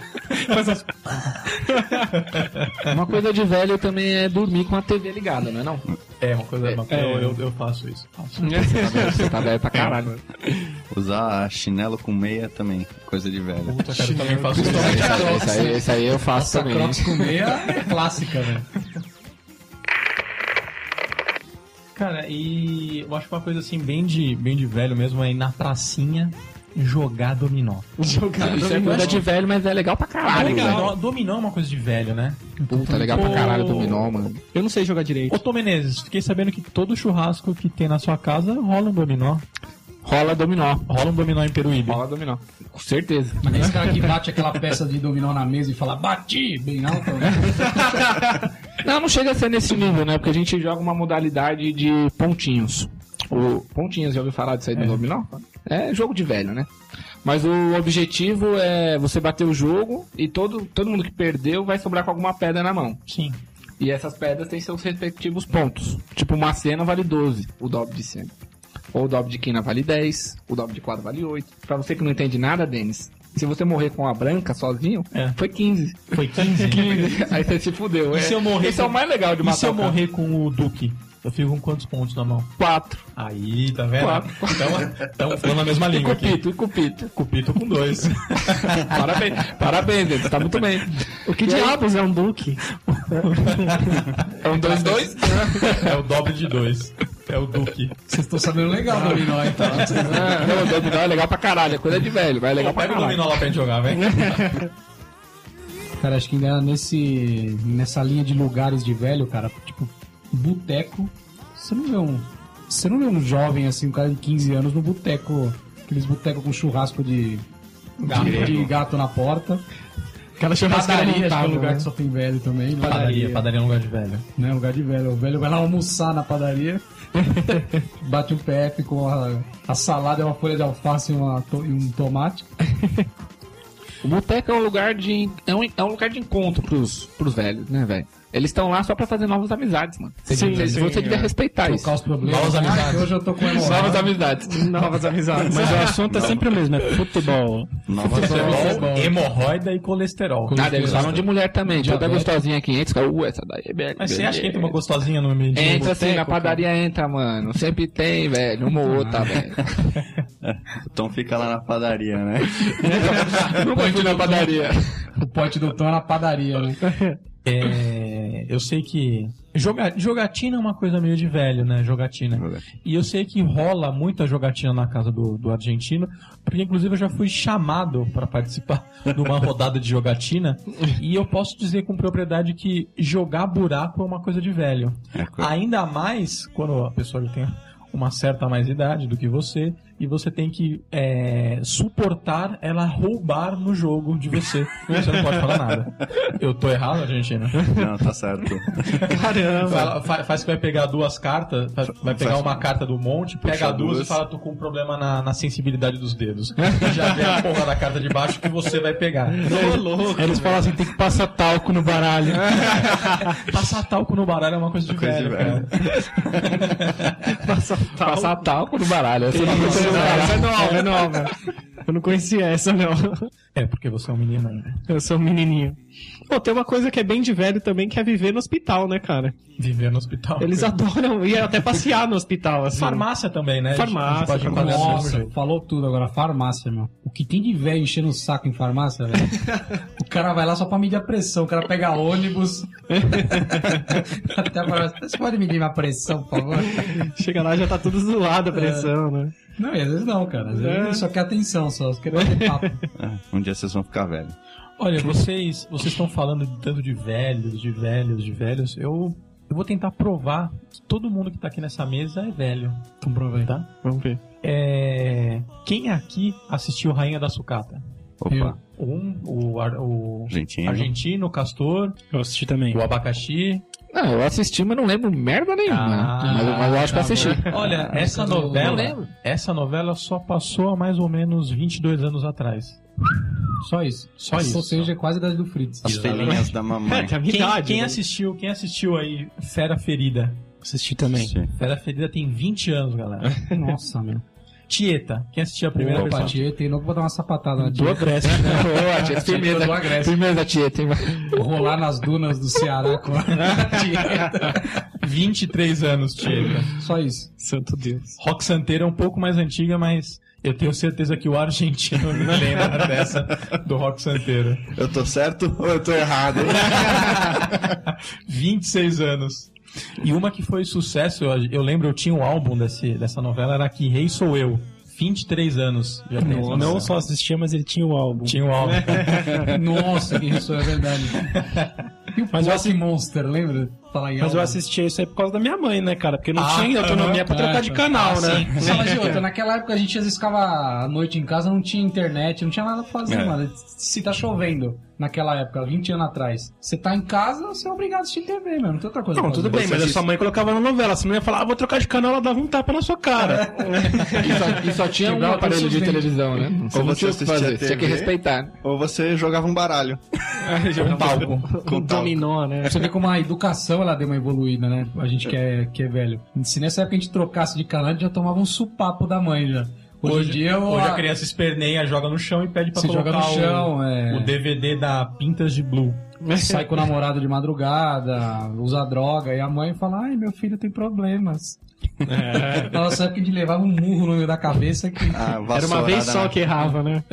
Speaker 3: Uma coisa de velho também é dormir com a TV ligada, não é não?
Speaker 2: É, uma coisa. Uma, eu, eu, eu faço isso. faço.
Speaker 3: Você tá velho pra caralho.
Speaker 6: Usar chinelo com meia também. Coisa de velho.
Speaker 2: Puta, cara, eu também faço isso.
Speaker 3: Esse aí, esse aí eu faço também.
Speaker 8: Crocs com meia é clássica, velho.
Speaker 2: Cara, e eu acho que uma coisa assim, bem de, bem de velho mesmo, é ir na pracinha jogar dominó.
Speaker 3: Isso é coisa de velho, mas é legal pra caralho. velho.
Speaker 2: Dominó, dominó é uma coisa de velho, né?
Speaker 3: Puta, legal pra caralho dominó, mano.
Speaker 4: Eu não sei jogar direito.
Speaker 2: Ô, Tom Menezes, fiquei sabendo que todo churrasco que tem na sua casa rola um dominó.
Speaker 3: Rola dominó.
Speaker 2: Rola um dominó em Peruíbe.
Speaker 3: Rola dominó. Com certeza.
Speaker 8: Mas nem esse cara que bate aquela peça de dominó na mesa e fala, bati! Bem alto. né?
Speaker 3: Não, não chega a ser nesse nível, né? Porque a gente joga uma modalidade de pontinhos. O pontinhos, já ouviu falar disso aí do dominó? É jogo de velho, né? Mas o objetivo é você bater o jogo e todo, todo mundo que perdeu vai sobrar com alguma pedra na mão.
Speaker 2: Sim.
Speaker 3: E essas pedras têm seus respectivos pontos. Tipo, uma cena vale 12, o dobro de cena. Ou o dobro de quina vale 10, o dobro de quadro vale 8. Pra você que não entende nada, Denis, se você morrer com a branca sozinho,
Speaker 2: É.
Speaker 3: foi 15.
Speaker 2: Foi 15.
Speaker 3: Aí você se fudeu.
Speaker 2: E
Speaker 3: é.
Speaker 2: se eu morrer
Speaker 3: Esse é o
Speaker 2: com-
Speaker 3: mais legal de
Speaker 2: E
Speaker 3: matar
Speaker 2: se eu
Speaker 3: o cara.
Speaker 2: morrer com o Duque? Eu fico com quantos pontos na mão?
Speaker 3: Quatro.
Speaker 2: Aí, tá vendo?
Speaker 3: Quatro.
Speaker 2: Então, então falando a mesma língua aqui.
Speaker 3: Cupito, e cupito.
Speaker 2: Cupito com dois.
Speaker 3: Parabéns, parabéns, Denis, tá muito bem. O que
Speaker 4: Diabos é um duque.
Speaker 3: É um 2-2?
Speaker 2: É o dobro de dois. É o Duque.
Speaker 8: Vocês estão sabendo legal do dominó, então.
Speaker 3: É, não, o dominó é legal pra caralho, é coisa de velho, vai é legal
Speaker 2: Pô,
Speaker 3: pra
Speaker 2: pega o
Speaker 3: caralho.
Speaker 2: dominó lá pra gente jogar, velho.
Speaker 8: Cara, acho que ainda nesse, nessa linha de lugares de velho, cara, tipo, boteco, você não vê um. Você não vê um jovem assim, um cara de 15 anos no boteco. Aqueles botecos com churrasco de. de- de gato na porta.
Speaker 4: Aquela churrascaria
Speaker 8: Padaria, acho que é
Speaker 4: montada,
Speaker 8: um lugar
Speaker 4: né?
Speaker 8: que só tem velho também.
Speaker 2: Padaria, padaria é um lugar de velho.
Speaker 8: Né? Lugar de velho. O velho vai lá almoçar na padaria, bate um PF com a, a salada, é uma folha de alface e, uma to- e um tomate.
Speaker 3: O boteco é um lugar de. É um, é um lugar de encontro pros, pros velhos, né, velho? Eles estão lá só pra fazer novas amizades, mano. Você,
Speaker 4: Sim,
Speaker 3: devia-
Speaker 4: sim,
Speaker 3: você devia
Speaker 4: é.
Speaker 3: respeitar isso.
Speaker 8: Trocar os problemas.
Speaker 2: Novas
Speaker 8: Ah,
Speaker 2: amizades.
Speaker 8: hoje eu tô com
Speaker 3: Novas
Speaker 8: hemorroida.
Speaker 3: amizades.
Speaker 4: Novas amizades.
Speaker 5: Mas o assunto é sempre o mesmo, é futebol.
Speaker 6: Nova
Speaker 2: Futebol, hemorroida e colesterol.
Speaker 3: Nada, eles falam de mulher também. Toda
Speaker 8: Diabetes.
Speaker 3: gostosinha aqui entra, fica, uh, essa daí é velha.
Speaker 2: Mas você acha que entra uma gostosinha no ambiente?
Speaker 3: Entra
Speaker 2: do
Speaker 3: assim, na
Speaker 2: boteco,
Speaker 3: padaria entra, mano. Sempre tem, velho. Uma ou outra, velho.
Speaker 6: O Tom fica lá na padaria, né?
Speaker 3: Nunca fui na padaria.
Speaker 8: O pote do Tom na padaria, né?
Speaker 2: cara? É, é, eu sei que. joga- jogatina é uma coisa meio de velho, né? Jogatina. E eu sei que rola muita jogatina na casa do, do argentino, porque inclusive eu já fui chamado para participar de uma rodada de jogatina. E eu posso dizer com propriedade que jogar buraco é uma coisa de velho.
Speaker 6: É coisa-
Speaker 2: Ainda mais quando a pessoa já tem uma certa mais idade do que você e você tem que é, suportar ela roubar no jogo de você. E você não pode falar nada. Eu tô errado, Argentina?
Speaker 6: Não, tá certo.
Speaker 2: Fala- fa- faz que vai pegar duas cartas, fa- vai pegar
Speaker 6: Faz-
Speaker 2: uma carta do monte, pega duas,
Speaker 6: duas.
Speaker 2: e fala, tô com um problema na, na sensibilidade dos dedos. E Já vem a porra da carta de baixo que você vai pegar.
Speaker 5: Aí eles falam assim, tem que passar talco no baralho.
Speaker 4: É,
Speaker 2: Passar talco no baralho é uma coisa de
Speaker 6: Coisa de
Speaker 2: velho, cara.
Speaker 6: velho.
Speaker 4: Passar talco no baralho. Essa não
Speaker 9: conhecia,
Speaker 4: Essa é nova, é nova. Eu não conhecia essa, não.
Speaker 2: É, porque você é um menino ainda.
Speaker 4: Eu sou um menininho. Pô, tem uma coisa que é bem de velho também, que é viver no hospital, né, cara?
Speaker 2: Viver no hospital.
Speaker 4: Eles
Speaker 2: Coisa-
Speaker 4: adoram ir até passear no hospital, assim.
Speaker 2: Farmácia também, né?
Speaker 4: Farmácia,
Speaker 2: A gente pode enquadrar do mesmo
Speaker 8: Nossa,
Speaker 2: jeito.
Speaker 8: falou tudo agora. Farmácia, meu. O que tem de velho enchendo o saco em farmácia, velho? o cara vai lá só pra medir a pressão. O cara pega ônibus. Até a farmácia. Você pode medir minha pressão, por favor?
Speaker 4: Chega lá, já tá tudo zoado a pressão, né?
Speaker 8: Não, e às vezes não, cara. Às vezes
Speaker 5: É.
Speaker 8: ele só quer atenção, só quer bater papo.
Speaker 6: É, Um dia vocês vão ficar velhos.
Speaker 2: Olha, vocês vocês estão falando de tanto de velhos, de velhos, de velhos. Eu, eu vou tentar provar que todo mundo que tá aqui nessa mesa é velho. Então prova aí. Tá?
Speaker 4: Vamos ver.
Speaker 2: É, Quem aqui assistiu Rainha da Sucata?
Speaker 6: Opa,
Speaker 2: Um, o, ar- o
Speaker 6: argentino.
Speaker 2: argentino, o castor,
Speaker 5: Eu assisti também.
Speaker 2: o abacaxi.
Speaker 9: Não, eu assisti, mas não lembro merda nenhuma.
Speaker 2: Ah,
Speaker 3: né?
Speaker 9: mas, eu- mas eu acho que eu assisti.
Speaker 2: Olha, essa novela, essa novela só passou há mais ou menos 22 anos atrás.
Speaker 8: Só isso.
Speaker 2: Só isso.
Speaker 8: Ou seja, é quase a idade do Fritz.
Speaker 6: As filhinhas da mamãe.
Speaker 4: É, a minha
Speaker 2: Quem,
Speaker 4: idade.
Speaker 2: quem
Speaker 4: né?
Speaker 2: assistiu, quem assistiu aí Fera Ferida?
Speaker 5: Assisti também.
Speaker 6: Sim.
Speaker 2: Fera Ferida tem 20 anos, galera.
Speaker 8: Nossa, meu.
Speaker 2: Tieta, quem assistiu a primeira
Speaker 8: Primeira Opa,
Speaker 2: versão?
Speaker 8: tia, tem louco pra dar uma sapatada na
Speaker 5: Do
Speaker 8: tia.
Speaker 5: Agreste.
Speaker 9: Ô, tia, firmeza.
Speaker 8: Do Agreste.
Speaker 9: Firmeza, tia. Tem...
Speaker 8: Rolar nas dunas do Ceará com a tia.
Speaker 2: 23 anos, Tieta.
Speaker 8: Só isso.
Speaker 4: Santo Deus.
Speaker 2: Rock Santeiro é um pouco mais antiga, mas eu tenho certeza que o argentino não lembra dessa do Rock Santeiro.
Speaker 6: Eu tô certo ou eu tô errado?
Speaker 2: 26 anos. E uma que foi sucesso, eu, eu lembro, eu tinha um álbum desse, dessa novela, era Que Rei Sou Eu. 23 anos. Já tem essa
Speaker 5: Não
Speaker 2: novela.
Speaker 5: só assistia, mas ele tinha o álbum.
Speaker 2: Tinha um álbum.
Speaker 8: Nossa, que isso é verdade. E o
Speaker 5: Mas eu
Speaker 8: Posse Monster, lembra? Falar em
Speaker 5: Mas eu
Speaker 8: álbum.
Speaker 5: assistia isso aí por causa da minha mãe, né, cara? Porque eu não
Speaker 2: Ah,
Speaker 5: tinha autonomia pra trocar de canal, né?
Speaker 8: Sim. Fala de outra, naquela época a gente às vezes ficava à noite em casa, não tinha internet, não tinha nada pra fazer,
Speaker 6: É.
Speaker 8: mano. Se tá chovendo naquela época, 20 anos atrás, você tá em casa, você é obrigado a assistir TV, mano. Não tem outra coisa.
Speaker 5: Não,
Speaker 8: pra
Speaker 5: tudo
Speaker 8: fazer.
Speaker 5: bem, mas a sua mãe colocava na novela. Se não ia falar, ah, vou trocar de canal, ela dava um tapa na sua cara.
Speaker 9: E só, e só tinha um
Speaker 8: Quebrava
Speaker 9: aparelho
Speaker 8: seus
Speaker 9: de
Speaker 8: dentes.
Speaker 9: televisão, né? Você
Speaker 6: Ou
Speaker 9: não tá. tinha
Speaker 6: você
Speaker 9: o que
Speaker 6: assistia
Speaker 9: fazer. Tinha que
Speaker 6: TV.
Speaker 9: respeitar. É,
Speaker 6: ou você jogava um baralho.
Speaker 2: Um palco.
Speaker 6: Com
Speaker 4: Um
Speaker 6: tal.
Speaker 4: dominó, né?
Speaker 8: Você vê como a educação ela deu uma evoluída, né? A gente que é, que é velho. Se nessa época a gente trocasse de canal, a gente já tomava um supapo da mãe já. Hoje, em dia, eu,
Speaker 2: Hoje a criança esperneia, joga no chão e pede pra
Speaker 8: se joga
Speaker 2: colocar
Speaker 8: no chão,
Speaker 2: o,
Speaker 8: é,
Speaker 2: o DVD da Pintas de Blue.
Speaker 8: sai com o namorado de madrugada, usa droga, e a mãe fala: Ai, meu filho tem problemas. Nossa, época de levar um murro no meio da cabeça é que.
Speaker 6: Ah,
Speaker 4: Era uma vez só que errava, né?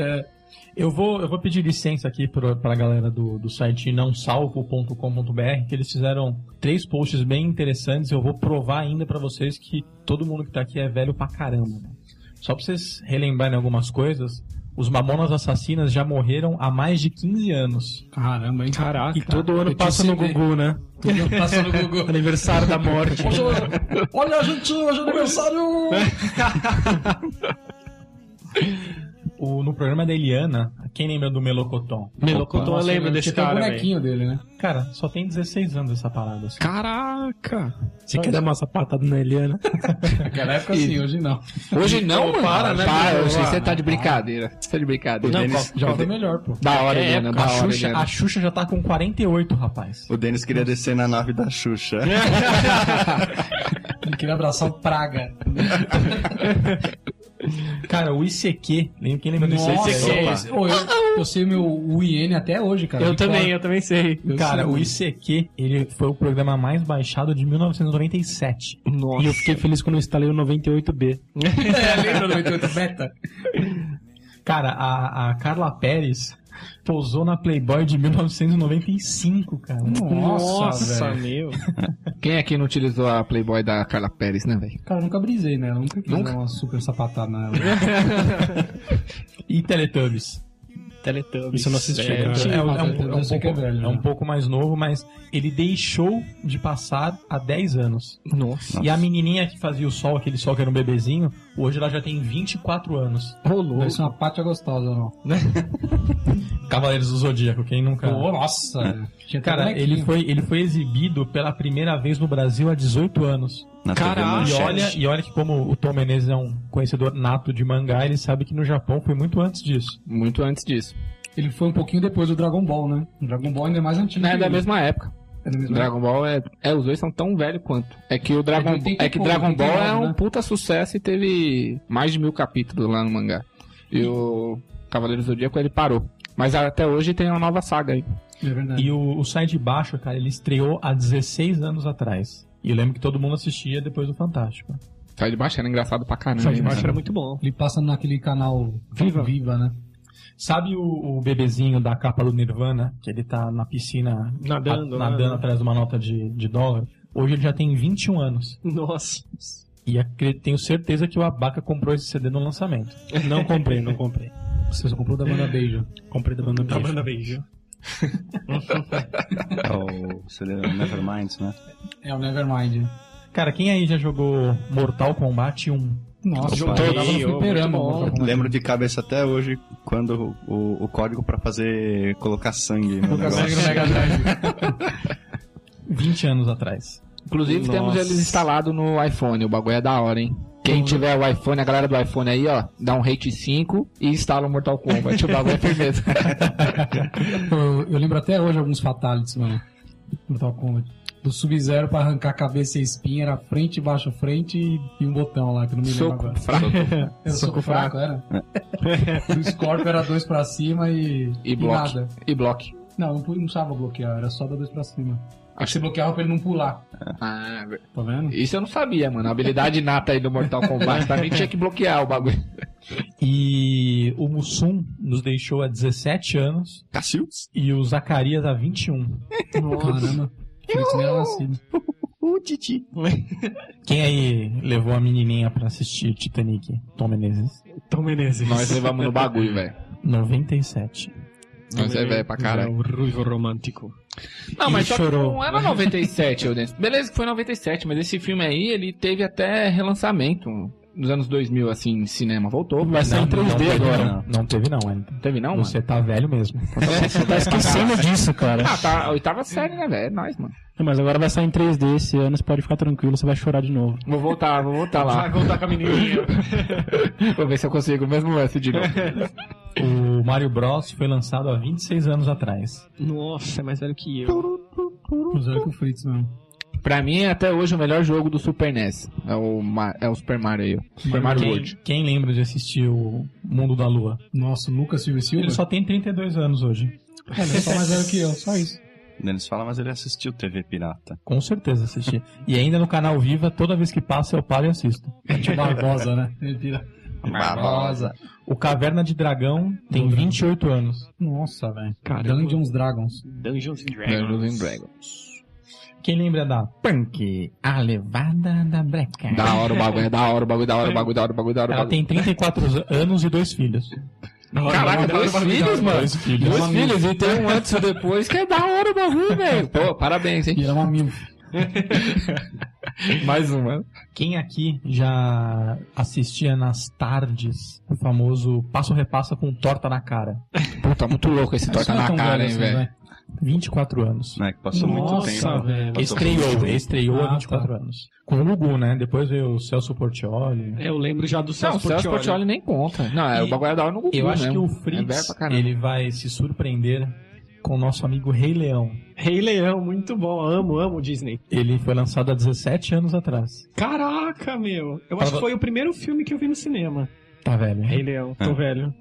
Speaker 2: Eu vou, eu vou pedir licença aqui pro- pra galera do, do site nãosalvo.com.br, que eles fizeram três posts bem interessantes. Eu vou provar ainda pra vocês que todo mundo que tá aqui é velho pra caramba. né? Só pra vocês relembrarem algumas coisas, os Mamonas Assassinas já morreram há mais de 15 anos.
Speaker 8: Caramba, hein? Caraca.
Speaker 5: E todo ano
Speaker 8: Eu
Speaker 5: passa
Speaker 8: te
Speaker 5: no
Speaker 2: é
Speaker 8: ensinei.
Speaker 5: Gugu, né?
Speaker 8: Tudo passa no Google.
Speaker 5: Aniversário da morte.
Speaker 8: Olha, gente, hoje é aniversário!
Speaker 2: O, no programa da Eliana, quem lembra do Melocoton?
Speaker 4: Melocotão, eu
Speaker 8: Nossa,
Speaker 4: lembro desse
Speaker 8: que tem o
Speaker 4: cara, velho.
Speaker 8: bonequinho dele, né?
Speaker 2: Cara, só tem 16 anos essa parada. assim.
Speaker 4: Caraca!
Speaker 5: Você quer dar uma sapatada na Eliana?
Speaker 8: Naquela época sim, hoje não.
Speaker 9: Hoje não, mano.
Speaker 5: para, né,
Speaker 9: Para,
Speaker 5: meu?
Speaker 9: hoje você
Speaker 5: Ah,
Speaker 9: tá de brincadeira. Você tá de brincadeira.
Speaker 6: Não,
Speaker 8: Já foi melhor, pô.
Speaker 9: Da hora,
Speaker 4: É,
Speaker 9: Eliana. Da
Speaker 2: a,
Speaker 9: hora,
Speaker 2: Xuxa, a
Speaker 9: Eliana.
Speaker 2: Xuxa já tá com 48, rapaz.
Speaker 6: O Denis queria descer na nave da Xuxa.
Speaker 9: É.
Speaker 8: Ele queria abraçar o Praga.
Speaker 2: Cara, o ICQ, lembra- quem lembra do ICQ?
Speaker 8: esse- ô, eu, eu sei meu UIN até hoje, cara.
Speaker 4: Eu
Speaker 8: De
Speaker 4: também,
Speaker 8: cor.
Speaker 4: eu também sei.
Speaker 2: Cara,
Speaker 8: sei.
Speaker 2: o ICQ, ele foi o programa mais baixado de 1997.
Speaker 5: E eu fiquei feliz quando eu instalei o 98B.
Speaker 8: É, lembra do 98 Beta?
Speaker 2: Cara, a, a Carla Pérez, Pousou na Playboy de 1995, cara.
Speaker 8: Hum.
Speaker 4: Nossa,
Speaker 2: velho.
Speaker 4: meu.
Speaker 3: Quem
Speaker 9: é
Speaker 3: aqui não utilizou a Playboy da Carla Pérez, né, velho?
Speaker 8: Cara, eu nunca brisei nela, nunca quis
Speaker 3: Nunca?
Speaker 8: dar uma super sapatada né? nela.
Speaker 2: E Teletubbies.
Speaker 4: Teletubbies.
Speaker 2: Isso eu não assisti.
Speaker 4: É,
Speaker 2: cara.
Speaker 8: tinha
Speaker 2: É, um-
Speaker 8: uma
Speaker 2: é um,
Speaker 8: Teletubbies,
Speaker 2: é um
Speaker 8: eu sei que é
Speaker 2: pouco,
Speaker 8: velho,
Speaker 2: é um
Speaker 8: né?
Speaker 2: pouco mais novo, mas ele deixou de passar há 10 anos.
Speaker 4: Nossa.
Speaker 2: E a menininha que fazia o sol, aquele sol que era um bebezinho, hoje ela já tem 24 anos.
Speaker 4: Rolou.
Speaker 8: Parece uma pátia gostosa, não.
Speaker 2: Cavaleiros do Zodíaco, quem nunca...
Speaker 8: Pô, nossa. Tinha até
Speaker 2: Cara,
Speaker 8: bonequinho.
Speaker 2: ele foi, ele foi exibido pela primeira vez no Brasil há 18 anos.
Speaker 6: Na TV
Speaker 4: Caralho.
Speaker 2: E
Speaker 6: Manchete.
Speaker 2: olha, e olha que como o Tom Menezes é um conhecedor nato de mangá, ele sabe que no Japão foi muito antes disso.
Speaker 3: Muito antes disso.
Speaker 8: Ele foi um pouquinho depois do Dragon Ball, né? O Dragon Ball ainda é mais antigo.
Speaker 3: É
Speaker 8: que
Speaker 3: da
Speaker 8: ele.
Speaker 3: mesma época.
Speaker 8: É da mesma
Speaker 3: Dragon Ball é. É, os dois são tão velhos quanto. É que o Dragon
Speaker 8: É de 80 e
Speaker 3: É que
Speaker 8: pouco,
Speaker 3: Dragon Ball é
Speaker 8: 89,
Speaker 3: um
Speaker 8: né?
Speaker 3: puta sucesso e teve mais de mil capítulos lá no mangá. E o Cavaleiro do Zodíaco ele parou. Mas até hoje tem uma nova saga aí.
Speaker 8: É verdade.
Speaker 2: E o, o Sai de Baixo, cara, ele estreou há 16 anos atrás. E eu lembro que todo mundo assistia depois do Fantástico.
Speaker 3: Sai de baixo era engraçado pra caramba.
Speaker 4: Sai de baixo
Speaker 3: né?
Speaker 4: era muito bom.
Speaker 8: Ele passa naquele canal
Speaker 4: Viva.
Speaker 8: Viva né?
Speaker 2: Sabe o, o bebezinho da capa do Nirvana, que ele tá na piscina
Speaker 4: Nadando,
Speaker 2: a-
Speaker 4: né?
Speaker 2: nadando atrás de uma nota de, de dólar? Hoje ele já tem 21 anos.
Speaker 4: Nossa.
Speaker 2: E acre- tenho certeza que o Abaca comprou esse CD no lançamento.
Speaker 5: Não comprei, não comprei.
Speaker 8: Você só comprou da banda Beijo.
Speaker 5: Comprei da banda Beijo.
Speaker 4: beijo.
Speaker 6: É o CD Nevermind, né?
Speaker 8: É o Nevermind.
Speaker 2: Cara, quem aí já jogou Mortal Kombat 1?
Speaker 8: Nossa, tá
Speaker 6: Opa.
Speaker 8: eu jogava no
Speaker 4: Ih, ô,
Speaker 8: fliperama.
Speaker 4: muito bom.
Speaker 8: Mortal Kombat.
Speaker 6: Lembro de cabeça até hoje quando o, o código pra fazer colocar sangue no negócio.
Speaker 2: 20 anos atrás.
Speaker 3: Inclusive
Speaker 4: Nossa.
Speaker 3: temos eles instalados no iPhone. O bagulho é da hora, hein? Quem tiver o iPhone, a galera do iPhone aí, ó, dá um rate 5 e instala o Mortal Kombat. o bagulho é firmeza.
Speaker 8: Eu, eu lembro até hoje alguns fatalities, mano. Mortal Kombat. Do Sub-Zero pra arrancar cabeça e espinha, era frente, baixo, frente e, e um botão lá, que eu não me lembro
Speaker 3: Soco
Speaker 8: agora.
Speaker 3: fraco
Speaker 8: Era soco, fraco, era? Do Scorpio era dois pra cima e,
Speaker 3: e bloque.
Speaker 8: nada.
Speaker 3: E bloque.
Speaker 8: Não, não pu- não precisava bloquear, era só dar dois pra cima.
Speaker 3: Acho-
Speaker 8: Você bloqueava pra ele não pular,
Speaker 3: Ah, velho.
Speaker 8: tá vendo?
Speaker 3: isso eu não sabia, mano. A habilidade nata aí do Mortal Kombat. Pra mim tinha que bloquear o bagulho.
Speaker 2: E o Mussum nos deixou há 17 anos
Speaker 6: Cacildes?
Speaker 2: e o Zacarias há 21.
Speaker 8: Caramba. Felix nem era nascido.
Speaker 2: Quem aí levou a menininha pra assistir Titanic? Tom Menezes.
Speaker 4: Tom Menezes.
Speaker 3: Nós levamos no bagulho, velho.
Speaker 2: 97.
Speaker 3: Nós é velho pra
Speaker 4: É
Speaker 3: caralho.
Speaker 4: o ruivo romântico.
Speaker 3: Não, mas
Speaker 2: E
Speaker 3: só que
Speaker 2: chorou.
Speaker 3: não era 97, eu Beleza que foi 97, mas esse filme aí, ele teve até relançamento nos anos 2000, assim, em cinema. Voltou, vai sair em 3D
Speaker 2: teve,
Speaker 3: agora.
Speaker 2: Não, não teve não, ainda.
Speaker 3: Teve não, mano?
Speaker 2: Você tá velho mesmo.
Speaker 5: Você tá esquecendo disso, cara.
Speaker 3: Ah, tá. A oitava série, né, velho? É nóis, mano.
Speaker 5: Não, Mas agora vai sair em 3D esse ano, você pode ficar tranquilo, você vai chorar de novo.
Speaker 3: Vou voltar, vou voltar lá.
Speaker 4: voltar com a menininha.
Speaker 3: vou ver se eu consigo o mesmo lance de novo.
Speaker 2: O Mario Bros foi lançado há 26 anos atrás.
Speaker 4: Nossa, é mais velho que eu.
Speaker 8: Usava com o Fritz mesmo.
Speaker 3: pra mim, é até hoje, o melhor jogo do Super NES. É o, Ma- é o Super Mario aí. ó. Super Mario
Speaker 2: quem,
Speaker 3: World.
Speaker 2: quem lembra de assistir o Mundo da Lua?
Speaker 8: Nossa, o Lucas Silva e Silva?
Speaker 2: Ele só tem 32 anos hoje.
Speaker 8: É, ele é só mais velho que eu, só isso.
Speaker 6: Denis fala, mas ele assistiu TV Pirata.
Speaker 2: Com certeza assisti. e ainda no canal Viva, toda vez que passa eu paro e assisto.
Speaker 8: Tipo Barbosa, né? Ele vira Barbosa.
Speaker 2: O Caverna de Dragão tem 28 anos.
Speaker 8: Nossa, velho.
Speaker 4: Caramba.
Speaker 8: Dungeons Dragons.
Speaker 4: Dungeons and
Speaker 3: Dungeons and
Speaker 4: Dragons.
Speaker 3: Dragons.
Speaker 2: Quem lembra da Punk, a levada da breca?
Speaker 3: Da hora o bagulho, é da hora o bagulho, da hora o bagulho, da hora o bagulho, da hora o
Speaker 2: Ela tem
Speaker 3: bagulho.
Speaker 2: 34 anos e dois filhos.
Speaker 3: Caraca, dois filhos, mano.
Speaker 2: Dois filhos.
Speaker 3: Dois filhos, e tem um antes e depois que é da hora o bagulho, velho. Pô, parabéns, hein?
Speaker 8: E
Speaker 2: é
Speaker 8: era uma mil.
Speaker 3: Mais um, mano.
Speaker 2: Quem aqui já assistia nas tardes o famoso passo repassa com torta na cara?
Speaker 3: Puta, tá muito louco esse torta
Speaker 2: é
Speaker 3: na cara,
Speaker 2: assim,
Speaker 3: hein,
Speaker 2: né?
Speaker 3: velho.
Speaker 2: 24 anos.
Speaker 6: Né? Que passou muito tempo.
Speaker 8: Nossa,
Speaker 6: Passou
Speaker 8: velho.
Speaker 6: muito
Speaker 2: Estreou,
Speaker 6: tempo.
Speaker 2: estreou há
Speaker 8: Ah,
Speaker 2: 24 anos. Com o Gugu, né? Depois veio o Celso Portioli.
Speaker 4: Eu lembro já do
Speaker 3: Não,
Speaker 4: Celso
Speaker 3: o Celso
Speaker 4: Portiolli.
Speaker 3: Portioli nem conta. Não, é,
Speaker 2: E
Speaker 3: o bagulho é da hora no Gugu
Speaker 2: Eu acho que
Speaker 3: mesmo.
Speaker 2: o
Speaker 3: É velho
Speaker 2: Fritz,
Speaker 3: pra caramba.
Speaker 2: ele vai se surpreender com o nosso amigo Rei Leão.
Speaker 4: Rei Leão, muito bom. Amo, amo o Disney.
Speaker 2: Ele foi lançado há 17 anos atrás.
Speaker 4: Caraca, meu. Eu acho que foi o primeiro filme que eu vi no cinema.
Speaker 2: Tá velho.
Speaker 4: Rei Leão, tô
Speaker 6: É.
Speaker 4: velho.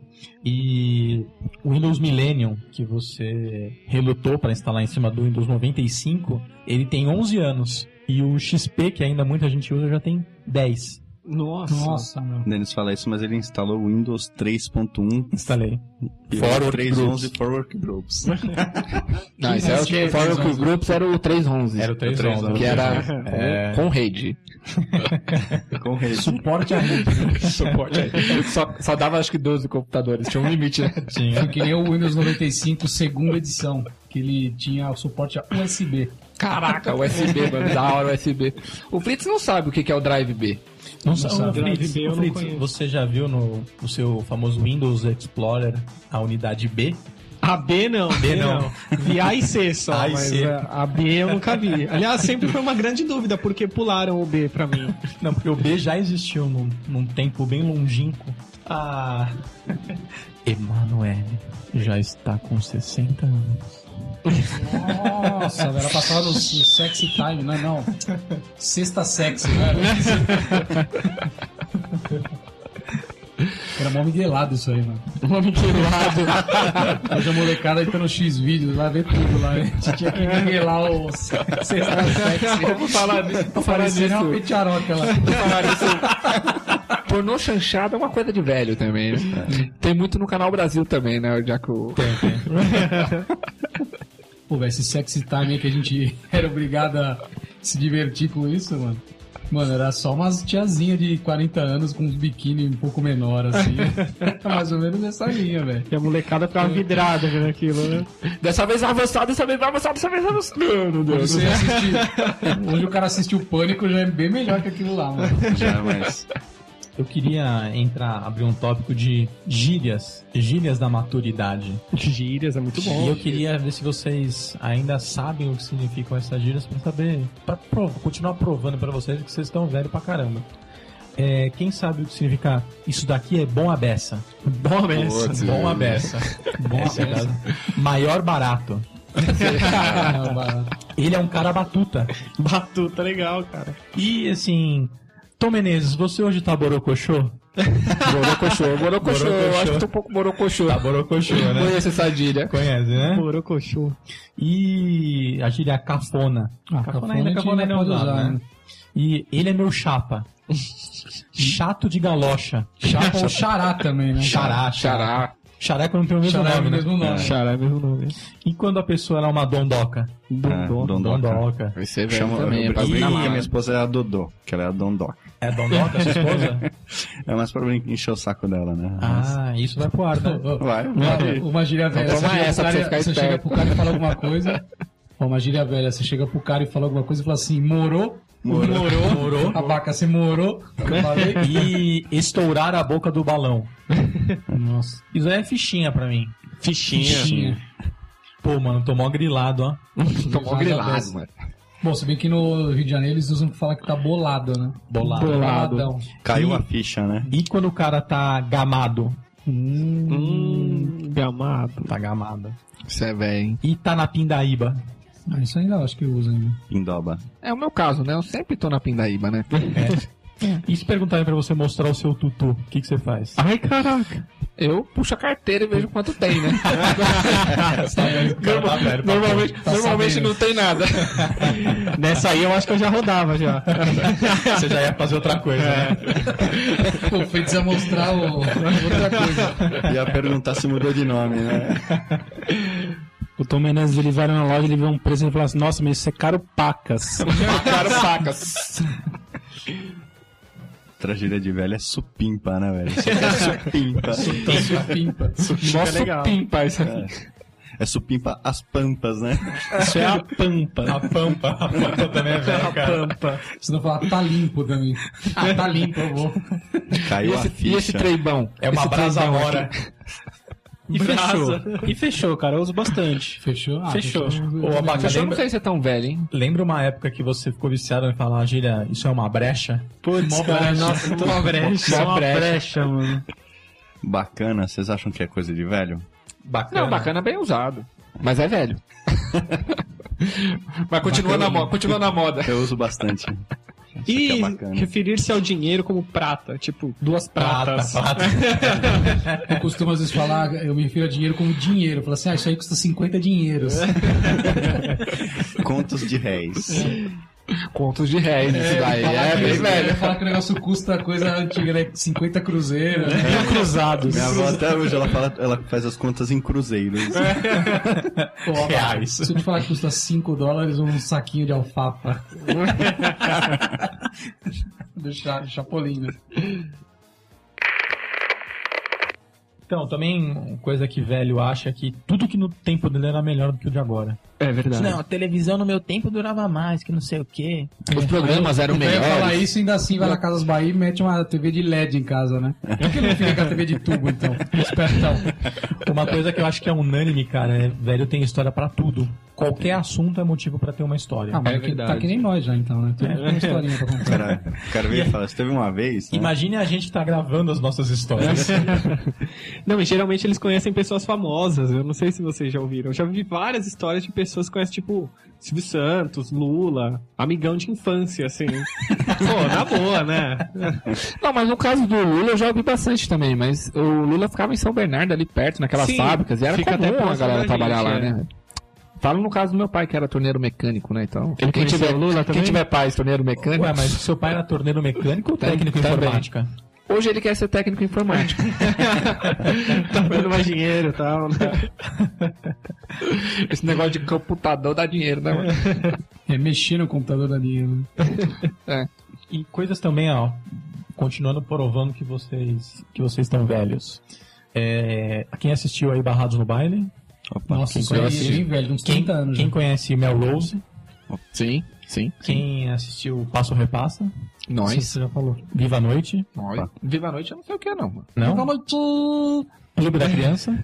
Speaker 2: E o Windows Millennium, que você relutou para instalar em cima do Windows 95, ele tem 11 anos. E o XP, que ainda muita gente usa, já tem 10.
Speaker 4: Nossa.
Speaker 8: Nossa, meu.
Speaker 6: Denis fala isso, mas ele instalou o Windows 3.1
Speaker 2: Instalei.
Speaker 6: e o
Speaker 9: Forward
Speaker 6: 3.11 Forward Groups.
Speaker 3: Não, esse era o Fora que o Groups era o 311.
Speaker 2: Era o É. 311.
Speaker 3: Que era com, com rede.
Speaker 6: Com rede.
Speaker 8: Suporte a rede.
Speaker 3: Suporte aí. Só, só dava acho que 12 computadores, tinha um limite, né?
Speaker 8: Foi É que nem o Windows 95, segunda edição, que ele tinha o suporte a USB.
Speaker 3: Caraca, USB, mano, da hora USB. O Fritz não sabe o que que é o Drive B.
Speaker 2: Não, sabe,
Speaker 5: sabe.
Speaker 2: ô, Fritz,
Speaker 5: Drive B eu
Speaker 2: ô,
Speaker 5: não
Speaker 2: Fritz,
Speaker 5: conheço.
Speaker 2: você já viu no, no seu famoso Windows Explorer a unidade B?
Speaker 4: A B não. B
Speaker 2: não.
Speaker 4: Vi A e C só,
Speaker 2: A e
Speaker 4: mas
Speaker 2: C.
Speaker 4: é, a B eu nunca vi. Aliás, sempre foi uma grande dúvida, porque pularam o B pra mim.
Speaker 2: Não, porque o B já existiu num, num tempo bem longínquo. Ah. Emanuel já está com 60 anos.
Speaker 8: Nossa, velho, ela passava no no sexy time, não é não. Sexta sexy, né? Era mó miguelado isso aí, mano.
Speaker 3: Uma miguelada.
Speaker 8: Hoje a molecada entra no X-Vídeos, lá vê tudo lá. A gente tinha que miguelar o sexta sexy.
Speaker 3: Vamos falar disso. Vamos falar
Speaker 8: Parecendo uma
Speaker 3: disso.
Speaker 8: pitcharoca lá.
Speaker 3: Pornô chanchado é uma coisa de velho também,
Speaker 2: É.
Speaker 3: né? Tem muito no Canal Brasil também, né? Já que o...
Speaker 8: Pô, velho, esse sexy time aí que a gente era obrigado a se divertir com isso, mano. Mano, era só umas tiazinha de 40 anos com um biquíni um pouco menor, assim. Mais ou menos nessa linha, velho.
Speaker 4: E a molecada ficava
Speaker 3: É.
Speaker 4: vidrada vendo aquilo, né?
Speaker 3: Dessa vez avançado, dessa vez avançado, dessa vez avançado. Meu Deus.
Speaker 8: Você assistir. Hoje o cara assistiu o Pânico já é bem melhor que aquilo lá, mano.
Speaker 6: Já, mas
Speaker 2: Eu queria entrar, abrir um tópico de gírias. Gírias da maturidade.
Speaker 4: Gírias, é muito
Speaker 2: E
Speaker 4: bom.
Speaker 2: eu queria ver se vocês ainda sabem o que significam essas gírias pra saber, pra pro- continuar provando pra vocês que vocês estão velho pra caramba. É, quem sabe o que significa isso daqui é bom a beça?
Speaker 4: Bom mesmo.
Speaker 2: Bom a beça. Bom
Speaker 4: é
Speaker 2: a beça. Maior barato.
Speaker 8: É Caramba.
Speaker 2: Ele é um cara batuta.
Speaker 4: Batuta, tá legal, cara.
Speaker 2: E assim, Tom Menezes, você hoje tá borocochô?
Speaker 3: Borocochô, borocochô. Eu acho
Speaker 2: Borocochô.
Speaker 3: que tô um pouco borocochô.
Speaker 2: Tá borocochô, né?
Speaker 3: Conheço essa gíria.
Speaker 2: Conhece,
Speaker 3: É.
Speaker 2: né?
Speaker 4: Borocochô.
Speaker 2: E a gíria cafona.
Speaker 8: Ah, cafona a gente ainda pode
Speaker 2: usada,
Speaker 8: usar, né?
Speaker 2: é E ele é meu chapa. Chato de galocha.
Speaker 8: Chapa ou Xará também, né?
Speaker 2: Xará, xará.
Speaker 3: Xará.
Speaker 2: Xará é quando tem o mesmo
Speaker 8: Xará é
Speaker 2: nome,
Speaker 8: o
Speaker 2: né?
Speaker 8: mesmo nome.
Speaker 4: Cara, é mesmo nome.
Speaker 2: E quando a pessoa ela é uma dondoca?
Speaker 6: Dondó- Dondoca.
Speaker 2: Dondoca.
Speaker 3: Você é velho
Speaker 6: chama,
Speaker 3: também, é
Speaker 6: eu
Speaker 3: pra
Speaker 6: brinquei
Speaker 3: brincar.
Speaker 6: que a minha esposa era a Dodô, que ela era a Dondoca.
Speaker 2: É dondoca, sua esposa?
Speaker 6: É mais pra brincar, encher o saco dela, né?
Speaker 2: ah, isso vai pro ar, né?
Speaker 6: Vai,
Speaker 8: Mano,
Speaker 6: vai.
Speaker 8: uma gíria velha.
Speaker 3: toma
Speaker 8: você chega
Speaker 3: essa pra
Speaker 8: pro cara-
Speaker 3: você ficar
Speaker 8: você chega
Speaker 3: esperto.
Speaker 8: pro cara e fala alguma coisa. Ó, uma gíria velha, você chega pro cara e fala alguma coisa e fala assim, morou?
Speaker 6: Morou.
Speaker 2: Morou.
Speaker 8: A vaca, você morou? Eu falei.
Speaker 2: E estourar a boca do balão.
Speaker 8: Nossa.
Speaker 2: Isso aí é fichinha pra mim.
Speaker 4: Fichinha.
Speaker 2: Pô, mano, tô mó grilado, ó.
Speaker 3: Tomou
Speaker 8: Nada
Speaker 3: grilado,
Speaker 8: dessa.
Speaker 3: mano.
Speaker 8: Bom, se bem que no Rio de Janeiro eles usam pra falar que tá bolado, né?
Speaker 2: Bolado.
Speaker 8: Boladão.
Speaker 6: Caiu a ficha, né?
Speaker 2: E quando o cara tá gamado?
Speaker 4: Hum, gamado.
Speaker 2: Tá gamado.
Speaker 3: Você é velho, hein?
Speaker 2: E tá na pindaíba?
Speaker 8: Ah, isso ainda eu acho que usa ainda.
Speaker 6: Pindoba.
Speaker 3: É o meu caso, né? Eu sempre tô na pindaíba, né?
Speaker 2: E se perguntarem pra você mostrar o seu tutu, o que, que você faz?
Speaker 4: Ai, caraca.
Speaker 3: Eu puxo a carteira e vejo quanto tem, né?
Speaker 2: Normal-
Speaker 3: normalmente
Speaker 8: Tá
Speaker 3: normalmente
Speaker 8: sabendo.
Speaker 3: não tem nada.
Speaker 4: Nessa aí eu acho que eu já rodava já.
Speaker 2: Você já ia fazer outra coisa, né?
Speaker 8: Pô, foi desamostrar o... outra coisa.
Speaker 6: Ia perguntar se mudou de nome, né?
Speaker 5: O Tom Menezes ele vai na loja, ele vê um preço e fala assim: Nossa, mas isso é caro pacas.
Speaker 3: Cara, facas.
Speaker 6: Outra gíria de velho é supimpa, né, velho? Isso aqui É supimpa.
Speaker 8: Isso pimpa.
Speaker 2: é
Speaker 3: Nosso pimpa. Isso aqui.
Speaker 6: É supimpa as pampas, né?
Speaker 5: Isso é a pampa.
Speaker 2: A pampa, a pampa também é velha, cara.
Speaker 8: Se não falar, tá limpo também. Ah, tá limpo, eu vou.
Speaker 3: E
Speaker 6: Caiu a
Speaker 3: esse, e esse
Speaker 6: ficha.
Speaker 3: treibão?
Speaker 2: É uma
Speaker 3: Esse
Speaker 2: brasa
Speaker 3: treibão
Speaker 2: mora.
Speaker 3: aqui.
Speaker 5: E fechou. E fechou, cara. Eu uso bastante.
Speaker 8: Fechou? Ah,
Speaker 5: Fechou.
Speaker 2: Ô, Abaca,
Speaker 3: Fechou? Não
Speaker 2: lembra,
Speaker 3: sei se é tão velho, hein?
Speaker 2: lembra uma época que você ficou viciado em falar, gíria, isso é uma brecha?
Speaker 5: Putz, cara, nossa, tô uma brecha. Uma brecha, mano.
Speaker 6: Bacana, vocês acham que é coisa de velho?
Speaker 2: Bacana.
Speaker 3: Não, bacana, bem usado. Mas é velho. Mas continua na moda. Continua na moda.
Speaker 6: Eu uso bastante. Isso
Speaker 4: E
Speaker 6: aqui é bacana.
Speaker 4: referir-se ao dinheiro como prata, tipo, duas
Speaker 2: Prata,
Speaker 4: pratas.
Speaker 2: prata.
Speaker 8: Eu costumo às vezes falar, eu me refiro a dinheiro como dinheiro. Eu falo assim, ah, isso aí custa 50 dinheiros.
Speaker 6: Contos de réis.
Speaker 3: Contos de réis, isso daí. É bem velho.
Speaker 8: Falar que o negócio custa coisa antiga, né? 50 cruzeiros. né?
Speaker 5: Cruzados.
Speaker 6: Minha avó até hoje ela, fala, ela faz as contas em cruzeiros.
Speaker 8: Pô,
Speaker 2: Reais.
Speaker 8: Se eu te falar que custa 5 dólares um saquinho de alfafa. do, cha, do Chapolin, né?
Speaker 2: Então, também uma coisa que velho acha é que tudo que no tempo dele era melhor do que o de agora.
Speaker 4: É verdade.
Speaker 2: a televisão no meu tempo durava mais, que não sei o quê.
Speaker 3: Os programas eram
Speaker 8: Eu ia falar
Speaker 3: melhores.
Speaker 8: isso, ainda assim vai na Casas Bahia e mete uma TV de LED em casa, né? Por que ele não fica com a TV de tubo, então? Espertão.
Speaker 2: Uma coisa que eu acho que é unânime, cara, é velho tem história pra tudo. Qualquer assunto é motivo pra ter uma história.
Speaker 8: Ah, mas é que- tá que nem nós já, então, né? Tem uma historinha pra contar.
Speaker 6: Cara, o cara veio e fala, você teve uma vez, né?
Speaker 2: Imagine a gente que tá gravando as nossas histórias.
Speaker 4: Não, e geralmente eles conhecem pessoas famosas. Eu não sei se vocês já ouviram. Eu já vi várias histórias de pessoas que conhecem, tipo, Silvio Santos, Lula, amigão de infância, assim. Pô, na boa, né?
Speaker 3: Não, mas no caso do Lula eu já ouvi bastante também, mas o Lula ficava em São Bernardo ali perto, naquelas
Speaker 4: Sim,
Speaker 3: fábricas, e era
Speaker 4: fica até
Speaker 3: comum a
Speaker 4: próximo
Speaker 3: galera
Speaker 4: da
Speaker 3: trabalhar
Speaker 4: gente,
Speaker 3: lá,
Speaker 4: é.
Speaker 3: né? Falo no caso do meu pai, que era torneiro mecânico, né? Então, quem
Speaker 4: Ele conheceu
Speaker 3: tiver,
Speaker 4: o Lula
Speaker 3: quem
Speaker 4: também?
Speaker 3: tiver pais torneiro mecânico,
Speaker 2: Ué, mas seu pai era torneiro mecânico ou
Speaker 3: Tem-
Speaker 2: técnico em
Speaker 3: também.
Speaker 2: informática?
Speaker 3: hoje ele quer ser técnico informático.
Speaker 4: Tá dando mais dinheiro e tal. né?
Speaker 3: Esse negócio de computador dá dinheiro, né? mano?
Speaker 8: É mexer no computador da linha, né?
Speaker 2: E coisas também, ó, continuando provando que vocês que vocês estão velhos. É, quem assistiu aí Barrados no Baile?
Speaker 8: Nossa,
Speaker 2: quem
Speaker 8: isso aí é
Speaker 2: conhece,
Speaker 8: bem velho, uns
Speaker 2: quem,
Speaker 8: 30 anos.
Speaker 2: quem
Speaker 8: né?
Speaker 2: conhece Melrose?
Speaker 3: Sim, sim.
Speaker 2: Quem assistiu Passo Repassa?
Speaker 3: Nós.
Speaker 2: Você já falou. Viva a Noite?
Speaker 3: nós. Viva a noite, eu não sei o que, é, não. mano.
Speaker 2: Não?
Speaker 8: Boa noite!
Speaker 2: Clube da Criança?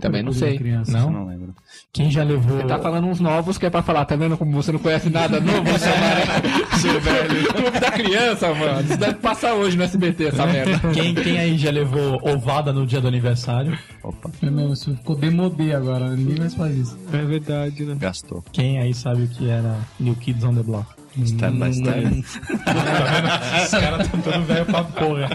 Speaker 3: Também não
Speaker 4: é
Speaker 3: sei.
Speaker 8: Criança.
Speaker 6: Eu
Speaker 2: Não?
Speaker 6: não lembro.
Speaker 2: Quem já levou...
Speaker 3: Tá falando uns novos que é pra falar, tá vendo como você não conhece nada novo, seu maré? Seu velho. Clube da criança, mano. Isso deve passar hoje no SBT, essa merda.
Speaker 2: Quem, quem aí já levou ovada no dia do aniversário?
Speaker 8: É mesmo, isso ficou demodê agora, né? ninguém mais faz isso.
Speaker 4: É verdade, né?
Speaker 6: Gastou.
Speaker 2: Quem aí sabe o que era New Kids on the Block?
Speaker 6: Está, tá, está.
Speaker 2: Os caras estão todo velho pra porra.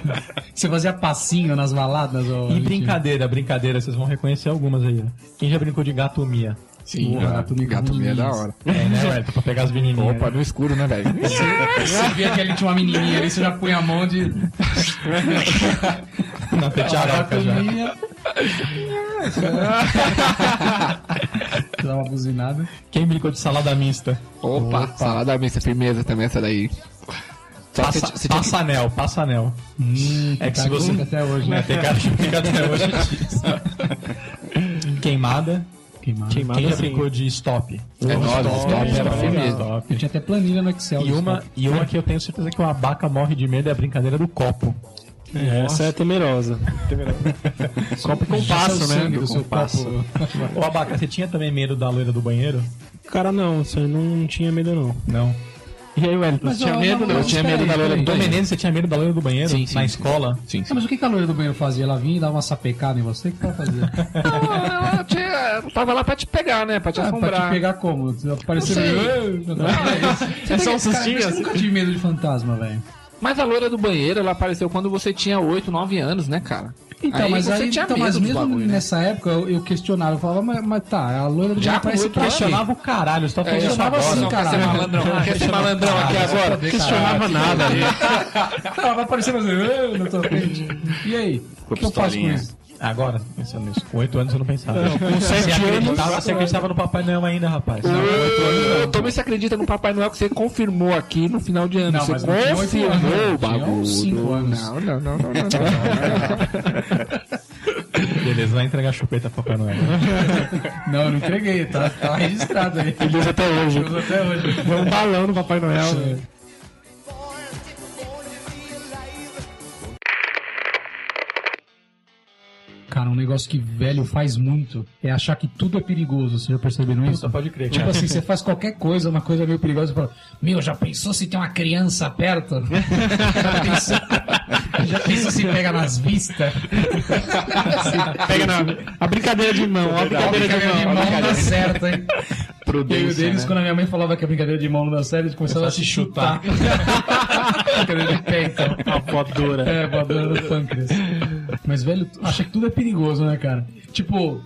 Speaker 8: Você fazia passinho nas baladas? Ou...
Speaker 2: E brincadeira, brincadeira, vocês vão reconhecer algumas aí. ó. Quem já brincou de gato mia?
Speaker 3: Sim,
Speaker 8: Porra,
Speaker 3: gato, gato meia é da hora.
Speaker 2: É, né, velho? Pra pegar as menininhas.
Speaker 8: É.
Speaker 3: Opa, no escuro, né, velho?
Speaker 8: Você via que ali tinha uma menininha ali, você já põe a mão de...
Speaker 2: na petiaroca já.
Speaker 8: Dá uma buzinada.
Speaker 2: Quem brincou de salada mista?
Speaker 3: Opa, salada mista, firmeza também essa daí. Só que
Speaker 2: Passa,
Speaker 3: você tinha- você tinha
Speaker 2: passa anel, passa anel. é que se você...
Speaker 8: Aguenta até hoje,
Speaker 2: Né,
Speaker 8: né?
Speaker 2: tem cara que fica até hoje disso. Queimada.
Speaker 8: Queimado.
Speaker 4: Queimado
Speaker 2: Quem já
Speaker 4: assim.
Speaker 2: brincou de stop?
Speaker 3: É nós, stop, era firmeza.
Speaker 8: Eu tinha até planilha no Excel.
Speaker 2: E uma, e uma que eu tenho certeza que o abaca morre de medo é a brincadeira do copo.
Speaker 5: Essa é temerosa.
Speaker 8: copo com
Speaker 4: passo, né?
Speaker 8: Do seu passo.
Speaker 2: Ô abaca, você tinha também medo da loira do banheiro?
Speaker 5: Cara, não, você não tinha medo, não.
Speaker 2: Não.
Speaker 4: E aí, Wellington, você tinha medo?
Speaker 8: não?
Speaker 3: Eu tinha medo da loira do
Speaker 2: Dom
Speaker 3: banheiro.
Speaker 2: Menezes, você tinha medo da loira do banheiro?
Speaker 3: Sim, sim.
Speaker 2: Na escola?
Speaker 3: Sim,
Speaker 8: Ah, mas o que que a loira do banheiro fazia? Ela vinha e dava uma sapecada em você? O que ela fazia?
Speaker 3: Não, eu tinha- eu tava lá pra te pegar, né? Pra te
Speaker 8: Ah, pra te
Speaker 3: assombrar.
Speaker 8: pegar como? Você Apareceu...
Speaker 3: É só um
Speaker 8: Cara, eu
Speaker 3: sustinho.
Speaker 8: nunca tive medo de fantasma, velho.
Speaker 3: Mas a loira do banheiro, ela apareceu quando você tinha 8, 9 anos, né, cara?
Speaker 8: Então,
Speaker 3: Aí
Speaker 8: mas
Speaker 3: você
Speaker 8: aí,
Speaker 3: tinha
Speaker 8: então,
Speaker 3: medo
Speaker 8: mas
Speaker 3: dos
Speaker 8: mesmo
Speaker 3: bagulho, né?
Speaker 8: nessa época eu, eu questionava, eu falava, mas, mas tá, a loira do
Speaker 3: Já com
Speaker 8: banheiro parece
Speaker 3: oito
Speaker 8: pra
Speaker 3: anos?
Speaker 8: quê?
Speaker 2: Questionava o caralho, você tá falando
Speaker 3: É,
Speaker 2: isso
Speaker 3: chamava
Speaker 2: agora.
Speaker 3: assim,
Speaker 8: Não,
Speaker 3: cara. Quer ser
Speaker 8: caralho.
Speaker 3: malandrão? Ah, Quer ser malandrão aqui agora? né?
Speaker 8: Questionava nada. Ela tá, vai aparecer mas "Ah, na tua frente. E aí? O que eu faço com
Speaker 6: pistolinha.
Speaker 8: isso?
Speaker 2: Agora, pensando nisso. Com oito anos eu não pensava. com sete anos... Você acreditava no Papai Noel ainda, rapaz.
Speaker 3: Eu também se acredita no Papai Noel que você confirmou aqui no final de ano.
Speaker 8: Não,
Speaker 3: você
Speaker 8: mas não tinha oito anos,
Speaker 3: confirmou
Speaker 8: não.
Speaker 3: o
Speaker 8: Tinha
Speaker 3: bagulho.
Speaker 8: uns cinco anos.
Speaker 3: Não, não, não, não, não, não.
Speaker 2: Beleza, vai entregar chupeta pro Papai Noel.
Speaker 8: Não, eu não entreguei, tá, tá registrado aí.
Speaker 3: Deus até hoje.
Speaker 8: Usa até hoje.
Speaker 4: Foi um balão no Papai Noel.
Speaker 8: Cara, um negócio que velho faz muito é achar que tudo é perigoso. Você já perceberam isso?
Speaker 2: Puta, pode crer,
Speaker 8: Tipo assim, você faz qualquer coisa, uma coisa meio perigosa, você fala, meu, já pensou se tem uma criança perto? já, pensou, já pensou se pega nas vistas?
Speaker 4: Pega na... A brincadeira de
Speaker 5: É
Speaker 4: mão, ó, a brincadeira de
Speaker 8: Brincadeira de mão não dá certo, hein? E aí o
Speaker 6: Prudência,
Speaker 8: deles,
Speaker 6: né?
Speaker 8: quando a minha mãe falava que a brincadeira de mão não dá certo, eles começavam a se chutar. brincadeira de pé, então.
Speaker 5: A voadora.
Speaker 8: É, voadora do pâncreas. Mas, velho, acha que tudo é perigoso, né, cara? Tipo,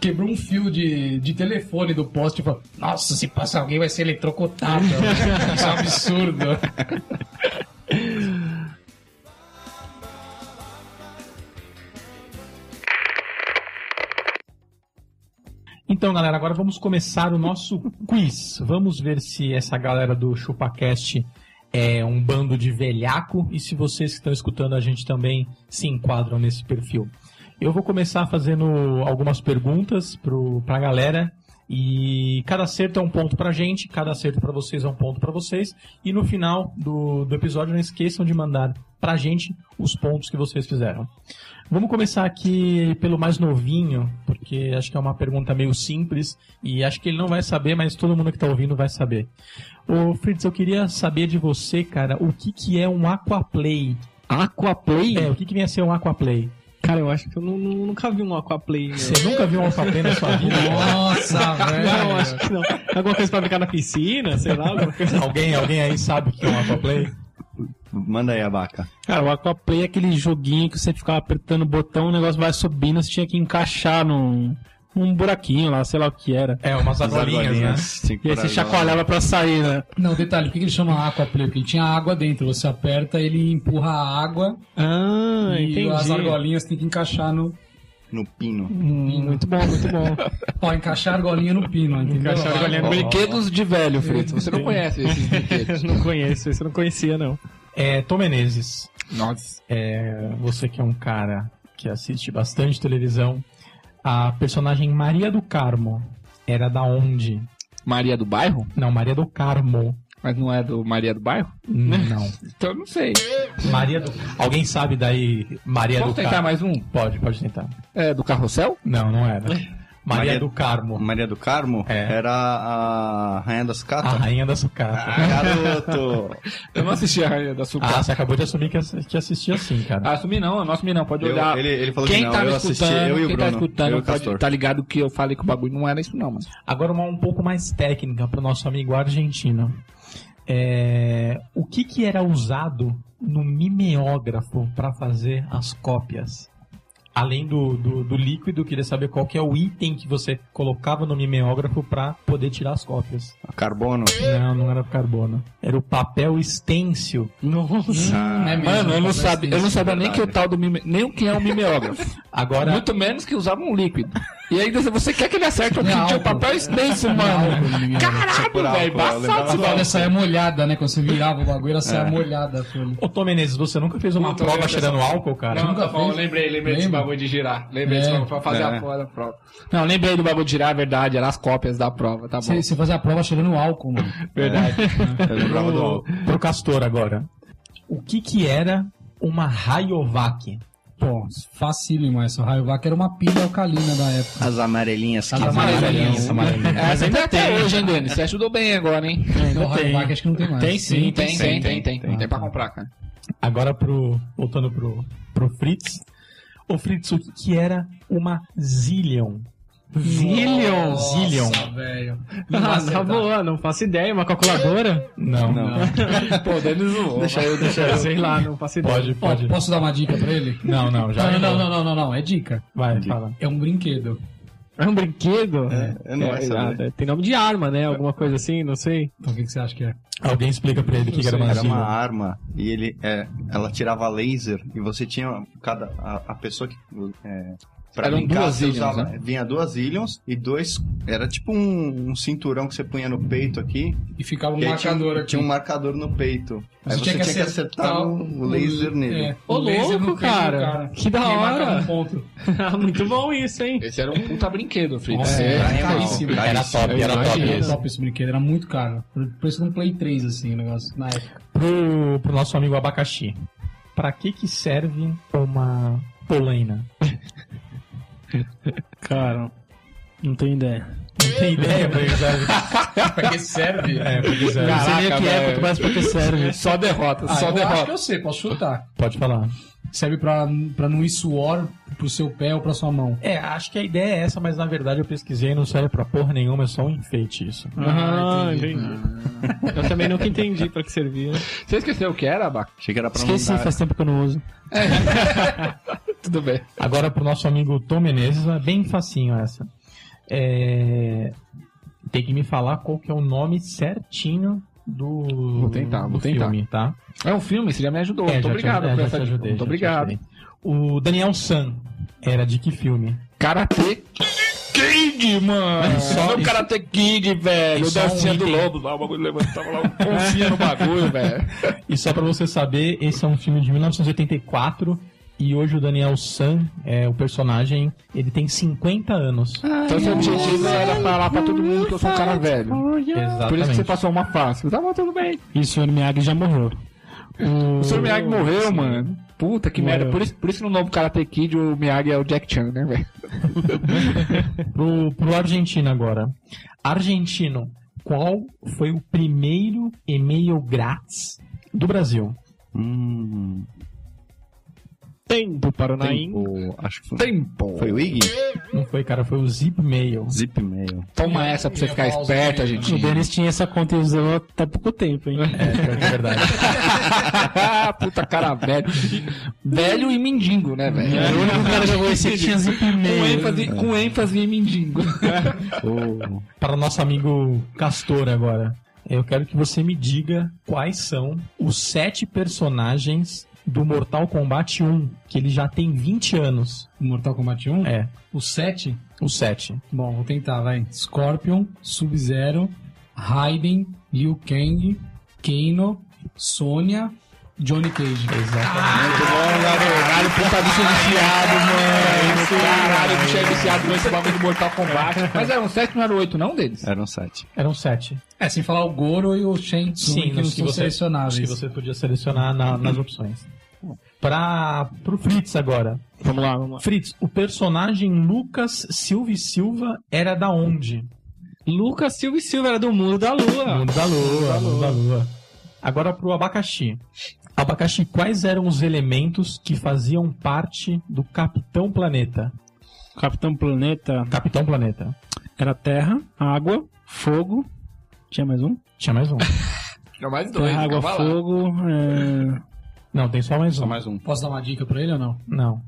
Speaker 8: quebrou um fio de, de telefone do poste e falou: Nossa, se passa alguém vai ser eletrocutado. Isso é um absurdo.
Speaker 2: Então, galera, agora vamos começar o nosso quiz. Vamos ver se essa galera do ChupaCast é um bando de velhaco e se vocês que estão escutando a gente também se enquadram nesse perfil. Eu vou começar fazendo algumas perguntas pro, pra galera e cada acerto é um ponto pra gente, cada acerto pra vocês é um ponto pra vocês e no final do, do episódio não esqueçam de mandar pra gente os pontos que vocês fizeram. Vamos começar aqui pelo mais novinho, porque acho que é uma pergunta meio simples e acho que ele não vai saber, mas todo mundo que está ouvindo vai saber. Ô, Fritz, eu queria saber de você, cara, o que, que é um aquaplay?
Speaker 4: Aquaplay?
Speaker 2: É, o que, que vem a ser um aquaplay?
Speaker 4: Cara, eu acho que eu nu- nu- nunca vi um Aquaplay. né?
Speaker 2: Você nunca viu um aquaplay na sua vida?
Speaker 8: Nossa,
Speaker 4: Não,
Speaker 8: velho.
Speaker 4: acho que não. Alguma coisa pra brincar na piscina, sei lá, alguma coisa.
Speaker 2: alguém, alguém aí sabe o que é um aquaplay?
Speaker 6: Manda aí a vaca.
Speaker 5: Cara, o Aquaplay é aquele joguinho que você ficava apertando o botão, o negócio vai subindo, você tinha que encaixar num, num buraquinho lá, sei lá o que era.
Speaker 2: É, umas argolinhas, né?
Speaker 6: assim,
Speaker 5: E aí você chacoalhava pra sair, né?
Speaker 8: Não, detalhe, por que que ele chama aquaplay? Porque ele tinha água dentro. Você aperta, ele empurra a água
Speaker 4: Ah,
Speaker 8: e
Speaker 4: entendi.
Speaker 8: as argolinhas tem que encaixar no.
Speaker 6: No pino.
Speaker 4: Hum, muito bom, muito bom.
Speaker 8: Ó, encaixar a argolinha no pino, entendeu?
Speaker 4: Encaixar a argolinha no
Speaker 3: Brinquedos de velho, Frito. Você não conhece esses brinquedos.
Speaker 4: não conheço, isso eu não conhecia, não.
Speaker 2: É, Tom Menezes,
Speaker 3: Nossa.
Speaker 2: é, você que é um cara que assiste bastante televisão, a personagem Maria do Carmo era da onde?
Speaker 3: Maria do Bairro?
Speaker 2: Não, Maria do Carmo.
Speaker 3: Mas não é do Maria do Bairro?
Speaker 2: Não.
Speaker 3: Então eu não sei.
Speaker 2: Maria do... Alguém sabe daí Maria
Speaker 3: Posso
Speaker 2: do
Speaker 3: tentar
Speaker 2: Carmo?
Speaker 3: mais um?
Speaker 2: Pode, pode tentar.
Speaker 3: É do Carrossel?
Speaker 2: Não, não era. Maria,
Speaker 6: Maria-
Speaker 2: do Carmo,
Speaker 6: Maria do Carmo
Speaker 2: É.
Speaker 6: era a Rainha das
Speaker 2: a
Speaker 6: Catas.
Speaker 2: rainha da sucata.
Speaker 6: Ah, garoto!
Speaker 3: Eu não assisti a Rainha da Sucata.
Speaker 2: Ah, você acabou de assumir que, ass- que assistia assim, cara.
Speaker 3: assumi Ah, não, eu não assumi não, pode
Speaker 6: Eu-
Speaker 3: olhar.
Speaker 6: ele, ele falou
Speaker 3: quem
Speaker 6: que não,
Speaker 3: tá me
Speaker 6: eu
Speaker 3: escutando,
Speaker 6: assisti, eu e o
Speaker 3: quem
Speaker 6: Bruno.
Speaker 3: tá escutando,
Speaker 6: eu e o
Speaker 3: pode-
Speaker 6: Castor.
Speaker 3: tá ligado que eu falei que o bagulho não era isso não, mano.
Speaker 2: Agora uma um pouco mais técnica pro nosso amigo argentino. É, o que que era usado no mimeógrafo para fazer as cópias? Além do, do, do líquido, eu queria saber qual que é o item que você colocava no mimeógrafo para poder tirar as cópias.
Speaker 6: Carbono.
Speaker 2: Não, não era carbono. Era o papel stencil.
Speaker 4: Nossa.
Speaker 6: Ah,
Speaker 8: É mesmo,
Speaker 3: Mano, eu não,
Speaker 8: papel
Speaker 3: sabia, eu não
Speaker 8: stencil.
Speaker 3: sabia nem
Speaker 6: verdade.
Speaker 3: que o tal do mime, nem o que é um mimeógrafo.
Speaker 2: Agora,
Speaker 3: Muito menos que usava um líquido. E ainda você quer que ele acerte o que
Speaker 8: É
Speaker 3: tinha o
Speaker 8: álcool.
Speaker 3: papel extenso, mano. Caralho,
Speaker 6: por
Speaker 3: velho,
Speaker 6: álcool, eu lembrava
Speaker 3: embaçado.
Speaker 6: só-
Speaker 8: Olha, saia molhada, né? Quando você virava o bagulho, ela
Speaker 4: É.
Speaker 8: saia molhada, filho.
Speaker 2: ô Tom Menezes, você nunca fez uma
Speaker 3: Puta, eu
Speaker 2: prova
Speaker 3: lembro
Speaker 2: cheirando álcool, cara?
Speaker 8: Nunca
Speaker 3: tá bom,
Speaker 8: fez?
Speaker 3: lembrei, lembrei desse
Speaker 8: Lembra?
Speaker 3: bagulho de girar. Lembrei
Speaker 8: É.
Speaker 3: desse bagulho pra fazer
Speaker 6: É.
Speaker 3: a foda da prova. Não, lembrei do bagulho de girar, é verdade, eram as cópias da prova, tá bom.
Speaker 8: Você, você fazia a prova cheirando álcool, mano.
Speaker 6: Eu lembrava do álcool.
Speaker 2: Pro Castor agora. O que que era uma Rayovac?
Speaker 8: Pô, facílimo essa. O Rayovac era uma pilha alcalina da época.
Speaker 6: As amarelinhas que
Speaker 8: As amarelinhas.
Speaker 6: As amarelinhas.
Speaker 3: Essa ainda É, tá até hoje, hein, Denis? Você ajudou bem agora, hein?
Speaker 8: Então, o Rayovac acho que não tem mais.
Speaker 2: Tem é sim,
Speaker 3: Tem, tem, tem, tem. Tem,
Speaker 8: tem
Speaker 3: pra comprar, cara.
Speaker 2: Agora pro voltando pro pro Fritz. Ô Fritz, o que, que era uma Zillion?
Speaker 4: Zillion?
Speaker 2: Zillion.
Speaker 8: Nossa, velho.
Speaker 4: Ah, tá boa, não faço ideia, uma calculadora?
Speaker 2: Não,
Speaker 6: Não.
Speaker 3: Pô, Denis zoou.
Speaker 6: Deixa eu, deixa eu.
Speaker 4: Sei lá, não faço ideia.
Speaker 2: Pode,
Speaker 8: Ó,
Speaker 2: pode.
Speaker 8: posso dar uma dica pra ele?
Speaker 2: Não, não, já.
Speaker 8: não,
Speaker 5: então.
Speaker 8: não, não, não, não, não. É dica.
Speaker 2: Vai, fala.
Speaker 8: É um brinquedo.
Speaker 4: É um brinquedo?
Speaker 6: Eu não acho
Speaker 4: Ah,
Speaker 6: saber.
Speaker 4: tem nome de arma, né? Alguma coisa assim, não sei.
Speaker 8: Então o que, que você acha que é?
Speaker 2: Alguém explica pra ele o que, que era uma
Speaker 6: Era
Speaker 2: Zillion.
Speaker 6: uma arma e ele, é, ela tirava laser e você tinha cada a, a pessoa que é, pra
Speaker 3: Eram
Speaker 6: brincar
Speaker 3: duas
Speaker 6: você
Speaker 3: ilhas,
Speaker 6: usava, vinha duas ilhas e dois era tipo um, um cinturão que você punha no peito aqui
Speaker 8: E ficava um
Speaker 6: e aí
Speaker 8: marcador
Speaker 6: tinha, um-
Speaker 8: aqui.
Speaker 6: tinha um marcador no peito aí você tinha que acertar, o
Speaker 8: o-
Speaker 6: laser nele
Speaker 8: É,
Speaker 4: Ô,
Speaker 8: o laser
Speaker 4: louco,
Speaker 8: no peito do
Speaker 4: cara.
Speaker 8: cara.
Speaker 4: Que da
Speaker 8: Quem marcava
Speaker 4: hora.
Speaker 8: um ponto.
Speaker 4: Ah, muito bom isso, hein?
Speaker 3: Esse era um puta brinquedo, Fritz.
Speaker 8: Nossa,
Speaker 3: É.
Speaker 8: era
Speaker 6: animal.
Speaker 8: caríssimo.
Speaker 6: Era
Speaker 8: top,
Speaker 3: era top
Speaker 8: Era
Speaker 3: mesmo.
Speaker 8: top esse brinquedo, era muito caro. Preço de um Play 3, assim, o negócio, na época.
Speaker 2: Pro, pro nosso amigo abacaxi. Pra que que serve uma polaina?
Speaker 5: Cara, não tenho ideia.
Speaker 2: Não tem ideia pra que serve.
Speaker 8: pra que serve?
Speaker 2: É, pra que serve.
Speaker 5: não sei nem o
Speaker 3: Caraca,
Speaker 5: que é,
Speaker 3: velho.
Speaker 5: quanto mais pra que serve.
Speaker 3: Só derrota, só
Speaker 8: Ah, eu acho que
Speaker 3: derrota.
Speaker 8: eu sei, posso chutar.
Speaker 2: Pode falar.
Speaker 8: Serve pra, pra não ir suor pro seu pé ou pra sua mão.
Speaker 2: É, acho que a ideia é essa, mas na verdade eu pesquisei e não serve pra porra nenhuma, é só um enfeite isso.
Speaker 4: Ah, entendi. Eu também nunca entendi pra que servia.
Speaker 3: Você esqueceu o que era, Baco?
Speaker 6: achei que era pra
Speaker 5: Esqueci,
Speaker 6: não dar
Speaker 5: faz tempo que eu não uso.
Speaker 3: Tudo bem.
Speaker 2: Agora pro nosso amigo Tom Menezes, é bem facinho essa. É, Tem que me falar qual que é o nome certinho do.
Speaker 3: Vou tentar, vou
Speaker 2: do
Speaker 3: tentar.
Speaker 2: Filme, tá?
Speaker 3: É um filme, você já me ajudou.
Speaker 2: É,
Speaker 3: Muito
Speaker 2: já te
Speaker 3: obrigado
Speaker 2: ajudei,
Speaker 3: por
Speaker 2: já
Speaker 3: essa
Speaker 2: te ajudei,
Speaker 3: Muito
Speaker 2: já te
Speaker 3: obrigado.
Speaker 2: ajudei. O Daniel San era de que filme?
Speaker 3: Karate Kid, mano!
Speaker 2: Mas só-
Speaker 3: Só o Karate Kid, velho!
Speaker 2: e
Speaker 3: O
Speaker 2: só um
Speaker 3: Dancinha do
Speaker 2: item.
Speaker 3: Lobo lá, o bagulho levantava lá, confia no bagulho, velho.
Speaker 2: E só pra você saber, esse é um filme de 1984 e hoje o Daniel San, é, o personagem, ele tem 50 anos.
Speaker 3: Então seu objetivo era falar pra todo mundo que eu sou um cara velho.
Speaker 2: Exatamente.
Speaker 3: Por isso que você passou uma fácil. Tá bom, tudo bem.
Speaker 5: E o Sr. Miyagi já morreu.
Speaker 3: O Sr. Miyagi morreu,
Speaker 5: Sim.
Speaker 3: mano. Puta que
Speaker 5: Morreu.
Speaker 3: merda. Por isso, por isso que no novo Karate Kid o Miyagi é o Jack Chan, né, velho?
Speaker 2: Pro, pro argentino agora. Argentino, qual foi o primeiro e-mail grátis do Brasil?
Speaker 6: Hum,
Speaker 4: Tempo para o Naim.
Speaker 6: tempo, acho que foi,
Speaker 3: Tempo!
Speaker 6: foi o Ig?
Speaker 2: Não foi, cara, foi o Zipmail.
Speaker 6: Zip Mail.
Speaker 3: Toma essa pra você ficar esperto, gente.
Speaker 5: O Denis tinha essa conta e usou até pouco tempo, hein?
Speaker 2: É, pior que é verdade.
Speaker 3: Puta cara velho. velho e mendigo, né, velho?
Speaker 5: Era É, o único cara que jogou esse tinha zip
Speaker 3: Com
Speaker 5: e-mail.
Speaker 3: ênfase, com ênfase em mendigo.
Speaker 2: Para o nosso amigo Castor agora. Eu quero que você me diga quais são os sete personagens do Mortal Kombat 1, que ele já tem 20 anos.
Speaker 8: Mortal Kombat 1?
Speaker 2: É,
Speaker 8: O 7?
Speaker 2: os sete.
Speaker 8: Bom, vou tentar, vai. Scorpion, Sub-Zero, Raiden, Liu Kang, Kano, Sonya, Johnny Cage.
Speaker 2: Exatamente.
Speaker 3: Caralho, puta bicho viciado, mano. Caralho, bicho é viciado nesse bagulho de Mortal Kombat. Mas era um 7, não era o 8, não, deles?
Speaker 6: Eram sete.
Speaker 2: Eram sete.
Speaker 8: É, sem falar o Goro e o Shen Tsung, que não
Speaker 2: nos
Speaker 8: são
Speaker 2: nos que
Speaker 8: selecionáveis.
Speaker 2: você podia selecionar na- nas opções. Para pro Fritz agora.
Speaker 4: Vamos lá, vamos lá.
Speaker 2: Fritz, o personagem Lucas Silva e Silva era da onde?
Speaker 4: Lucas Silva e Silva era do Mundo da Lua.
Speaker 2: Mundo da Lua, Ah, Mundo da Lua. Agora pro abacaxi. Abacaxi, quais eram os elementos que faziam parte do Capitão Planeta?
Speaker 5: Capitão Planeta
Speaker 2: Capitão Planeta.
Speaker 5: era terra, água, fogo. Tinha mais um?
Speaker 2: Tinha mais um.
Speaker 3: Não, mais
Speaker 5: Terra, água,
Speaker 3: calma lá.
Speaker 5: fogo. é,
Speaker 2: Não, tem só mais um.
Speaker 6: mais um.
Speaker 8: Posso dar uma dica pra ele ou não?
Speaker 2: Não.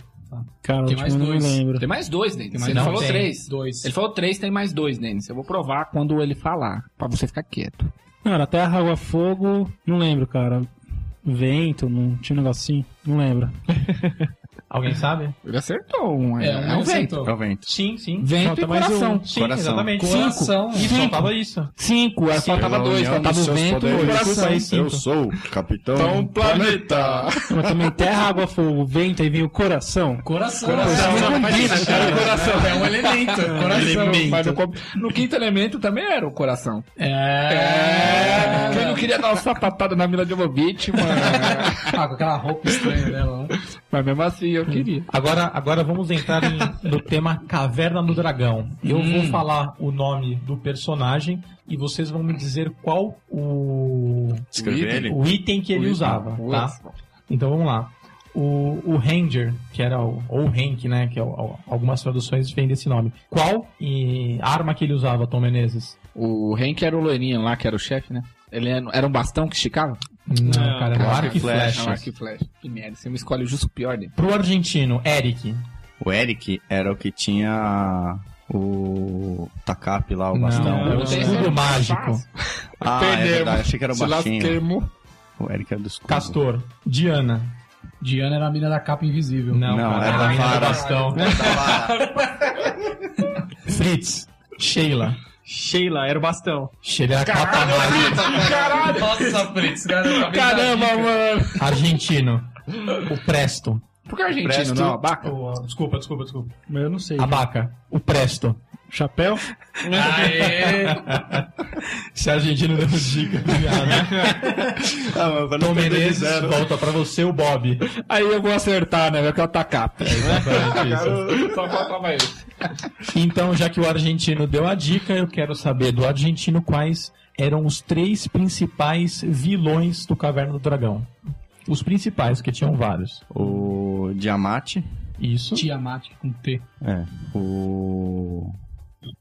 Speaker 5: Cara,
Speaker 8: Tem
Speaker 5: o
Speaker 8: mais
Speaker 5: último eu não me
Speaker 8: dois.
Speaker 5: lembro.
Speaker 3: Tem mais dois, Denis. Ele
Speaker 2: não,
Speaker 3: falou
Speaker 2: tem.
Speaker 3: três.
Speaker 8: Dois.
Speaker 3: Ele falou três, tem mais dois, Denis. Eu vou provar quando ele falar, pra você ficar quieto.
Speaker 5: Não, era terra, água, fogo. Não lembro, cara. Vento, não tinha um negocinho. Não lembro.
Speaker 2: Alguém sabe?
Speaker 3: Ele acertou um.
Speaker 8: É, um
Speaker 3: vento.
Speaker 8: acertou.
Speaker 6: É o vento.
Speaker 2: Sim, sim. um.
Speaker 3: Vento e coração.
Speaker 2: Sim,
Speaker 6: Coração.
Speaker 2: exatamente.
Speaker 8: Coração.
Speaker 2: Isso, faltava isso.
Speaker 3: Cinco, aí faltava
Speaker 6: Pela
Speaker 3: dois.
Speaker 6: união
Speaker 3: Faltava
Speaker 6: dos
Speaker 3: o
Speaker 6: seus
Speaker 3: vento e o
Speaker 6: poderes. é
Speaker 3: coração.
Speaker 2: Isso aí,
Speaker 6: Eu
Speaker 2: sim.
Speaker 6: sou o Capitão
Speaker 3: Então,
Speaker 6: Planeta.
Speaker 5: Mas também terra, água, fogo, vento, aí vem o coração.
Speaker 8: Coração.
Speaker 3: Imagina, cara, o coração. É um elemento. Coração.
Speaker 2: elemento.
Speaker 3: Mas no, co- no quinto elemento também era o coração.
Speaker 8: É.
Speaker 3: Quem não queria dar uma sapatada na Mila Jovovich, mano.
Speaker 8: Ah, com aquela roupa estranha dela. né?
Speaker 3: Mas mesmo assim, eu queria.
Speaker 2: Agora, agora vamos entrar em- no tema Caverna do Dragão. Eu vou falar o nome do personagem e vocês vão me dizer qual o,
Speaker 6: Escrever ele?
Speaker 2: o item que ele usava, tá? Então vamos lá. O, o Ranger, que era o, ou Hank, né? Que é o- o- algumas traduções vêm desse nome. Qual e, arma que ele usava, Tom Menezes?
Speaker 3: O Henk era o loirinho lá, que era o chefe, né? Ele era era um bastão que esticava?
Speaker 2: Não, cara, era
Speaker 3: cara,
Speaker 2: arco e flecha.
Speaker 3: Não, é. arco e flecha. Que merda, você me escolhe justo o pior dele.
Speaker 2: Pro argentino, Eric.
Speaker 6: O Eric era o que tinha o Takap lá, o
Speaker 2: Não,
Speaker 6: bastão.
Speaker 2: era o
Speaker 3: não.
Speaker 2: É um escudo mágico.
Speaker 6: Ah, é
Speaker 3: Perdemos.
Speaker 6: verdade. Achei que era o
Speaker 3: Se
Speaker 6: baixinho.
Speaker 3: lasquemos.
Speaker 6: O Eric era do escudo.
Speaker 2: Castor, Diana.
Speaker 8: Diana era a mina da capa invisível.
Speaker 2: Não,
Speaker 6: Não,
Speaker 2: cara,
Speaker 6: era
Speaker 2: a
Speaker 6: da
Speaker 2: mina do
Speaker 6: vara.
Speaker 2: bastão. Fritz, Sheila.
Speaker 4: Sheila era o bastão.
Speaker 2: Sheila era capa rara.
Speaker 8: Nossa, Fritz, cara.
Speaker 3: Caramba, mano.
Speaker 2: Argentino. O Presto.
Speaker 3: Por que argentino,
Speaker 6: Presto.
Speaker 3: não? Abaca?
Speaker 2: desculpa, desculpa, desculpa.
Speaker 5: Mas eu não sei.
Speaker 2: Abaca. O Presto.
Speaker 5: Chapéu?
Speaker 2: Se argentino deu dica, obrigado.
Speaker 6: Ah, mas pra
Speaker 2: Tom
Speaker 6: não perder de
Speaker 2: Menezes,
Speaker 6: zero.
Speaker 2: volta pra você o Bob.
Speaker 3: Aí eu vou acertar, né? Porque é o Takap. Só faltava ele.
Speaker 2: Então, já que o argentino deu a dica, eu quero saber do argentino quais eram os três principais vilões do Caverna do Dragão. Os principais, que tinham vários.
Speaker 6: O Diamante.
Speaker 2: Isso.
Speaker 8: Tiamat com T.
Speaker 6: É. O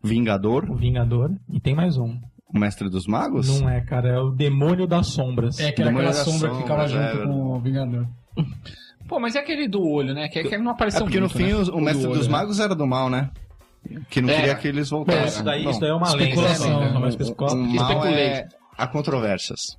Speaker 6: Vingador.
Speaker 2: O Vingador. E tem mais um.
Speaker 6: O Mestre dos Magos.
Speaker 2: Não é, cara, é o demônio das sombras.
Speaker 8: É, que era
Speaker 6: Demônio
Speaker 8: aquela
Speaker 6: da
Speaker 8: sombra que ficava
Speaker 6: sombra,
Speaker 8: junto
Speaker 6: é,
Speaker 8: com o Vingador.
Speaker 3: Pô, mas é aquele do olho, né? Que, que não
Speaker 6: É
Speaker 3: apareceu
Speaker 6: porque no
Speaker 3: muito,
Speaker 6: fim
Speaker 3: né?
Speaker 6: É o- o Mestre
Speaker 3: olho,
Speaker 6: dos
Speaker 3: né?
Speaker 6: Magos era do mal, né? Que não
Speaker 3: É.
Speaker 6: queria que eles voltassem.
Speaker 2: Isso daí,
Speaker 6: Bom,
Speaker 2: isso daí é uma
Speaker 8: especulação,
Speaker 2: lenda. né?
Speaker 8: né?
Speaker 2: Uma especula-
Speaker 6: o
Speaker 3: Um
Speaker 6: mal
Speaker 3: especulei.
Speaker 6: é... Há controvérsias.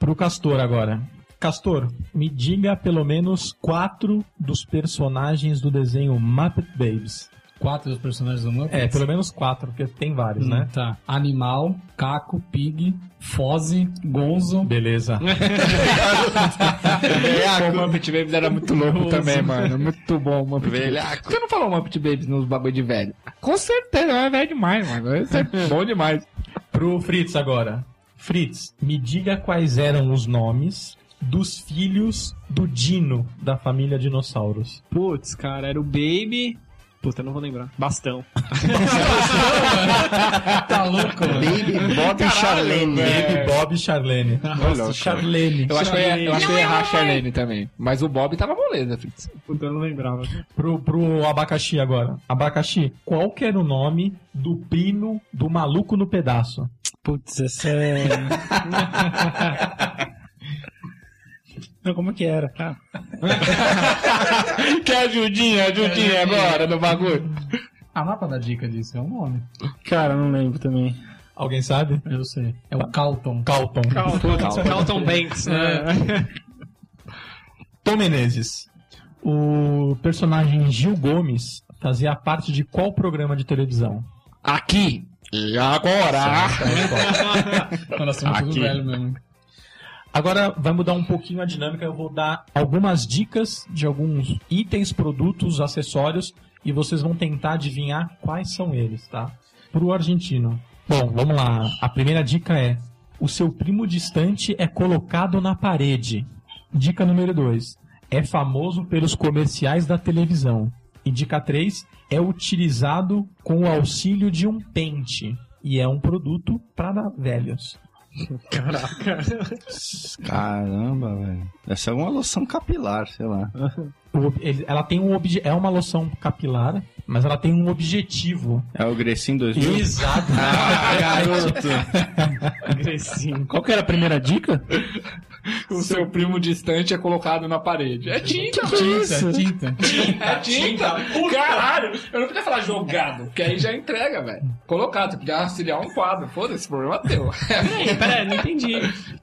Speaker 2: Pro Castor agora. Castor, me diga pelo menos quatro dos personagens do desenho Muppet Babies.
Speaker 8: Quatro dos personagens do Muppets?
Speaker 2: É, pelo menos quatro, porque tem vários,
Speaker 8: Hum,
Speaker 2: né?
Speaker 8: Tá. Animal, Caco, Pig, Fozzie, Gonzo.
Speaker 2: Beleza.
Speaker 3: Pô, o Um Muppet Babies era muito louco também, mano. Muito bom o Muppet Babies. Por
Speaker 6: Velhaco.
Speaker 3: que não falou Muppet Babies nos bagulho de velho? Com certeza, é velho demais, mano. Isso é bom demais.
Speaker 2: Pro Fritz agora. Fritz, me diga quais eram os nomes dos filhos do Dino da família Dinossauros.
Speaker 4: Putz, cara, era o Baby. Puta, eu não vou lembrar. Bastão.
Speaker 8: Tá
Speaker 2: É.
Speaker 8: louco, mano.
Speaker 6: Baby Bob e Charlene.
Speaker 2: Baby, Bob e Charlene. Nossa, Charlene.
Speaker 3: Eu acho que eu ia, eu acho que eu ia errar a Charlene também. Mas o Bob tava moleza, Fritz.
Speaker 4: Puta, eu não lembrava.
Speaker 2: Pro, pro abacaxi agora. Abacaxi, qual que era o nome do primo do maluco no pedaço?
Speaker 5: Putz, essa é. Não, como que era? Ah,
Speaker 3: Quer ajudinha, ajudinha agora no bagulho?
Speaker 8: A mapa da dica disso é um nome.
Speaker 5: cara, não lembro também.
Speaker 2: Alguém sabe?
Speaker 8: Eu sei. É o Calton.
Speaker 2: Calton.
Speaker 4: Carlton Banks, né?
Speaker 2: Tom Menezes. O personagem Gil Gomes fazia parte de qual programa de televisão?
Speaker 3: Aqui e agora.
Speaker 8: Nós somos tudo
Speaker 3: Aqui.
Speaker 8: velho mesmo.
Speaker 2: Agora vai mudar um pouquinho a dinâmica. Eu vou dar algumas dicas de alguns itens, produtos, acessórios e vocês vão tentar adivinhar quais são eles, tá? Pro argentino. Bom, vamos lá. A primeira dica é: o seu primo distante é colocado na parede. Dica número 2. É famoso pelos comerciais da televisão. E dica 3. É utilizado com o auxílio de um pente. E é um produto para velhos.
Speaker 6: Caramba, velho. Essa é uma loção capilar, sei lá.
Speaker 2: O ob- ele- ela tem um obje, é uma loção capilar, mas ela tem um objetivo.
Speaker 6: É o Grecinho 2000?
Speaker 2: Exato.
Speaker 6: Ah, garoto.
Speaker 4: Sim.
Speaker 5: Qual que era a primeira dica?
Speaker 3: O seu primo distante é colocado na parede. É tinta,
Speaker 8: Tinta, tinta.
Speaker 3: É tinta. Caralho. Eu não podia falar jogado, porque aí já entrega, velho. Colocado, você podia auxiliar um quadro. Foda-se, problema é teu.
Speaker 4: Peraí, peraí, não entendi.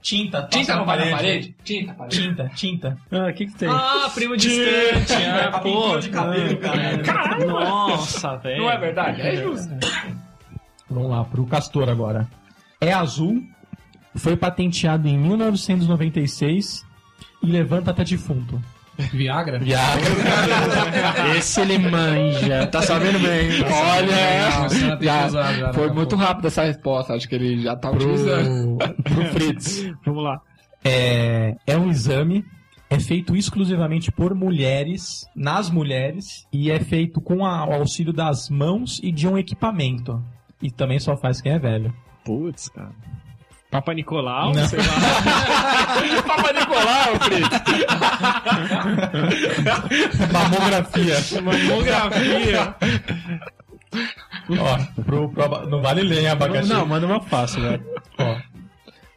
Speaker 2: Tinta,
Speaker 3: Tinta
Speaker 2: passa
Speaker 3: não vai na parede? Tinta, parede.
Speaker 2: Tinta, tinta.
Speaker 5: Ah, o que que tem?
Speaker 4: Ah, primo distante. Ah, pô.
Speaker 2: de cabelo,
Speaker 8: É.
Speaker 2: cara.
Speaker 4: Caralho, Nossa, velho.
Speaker 3: Não é verdade? É justo.
Speaker 2: Vamos lá, pro Castor agora. É azul, foi patenteado em 1996 e levanta até defunto.
Speaker 8: Viagra?
Speaker 5: Esse ele manja.
Speaker 3: Tá sabendo bem.
Speaker 8: Não, você não
Speaker 3: Olha,
Speaker 8: tem que usar já,
Speaker 3: já
Speaker 8: né,
Speaker 3: foi
Speaker 8: na
Speaker 3: muito rápido essa resposta. Acho que ele já tá utilizando.
Speaker 2: pro Fritz.
Speaker 4: Vamos lá.
Speaker 2: É, é um exame, é feito exclusivamente por mulheres, nas mulheres, e é feito com a- o auxílio das mãos e de um equipamento. E também só faz quem é velho.
Speaker 4: Putz, cara. Papa Nicolau,
Speaker 2: Não.
Speaker 4: sei lá.
Speaker 3: Papa Nicolau, Fritz.
Speaker 2: Mamografia.
Speaker 4: Mamografia.
Speaker 2: Ó, pro- pro aba- não vale ler, hein, abacaxi.
Speaker 5: Não, manda uma fácil, velho.
Speaker 2: Ó,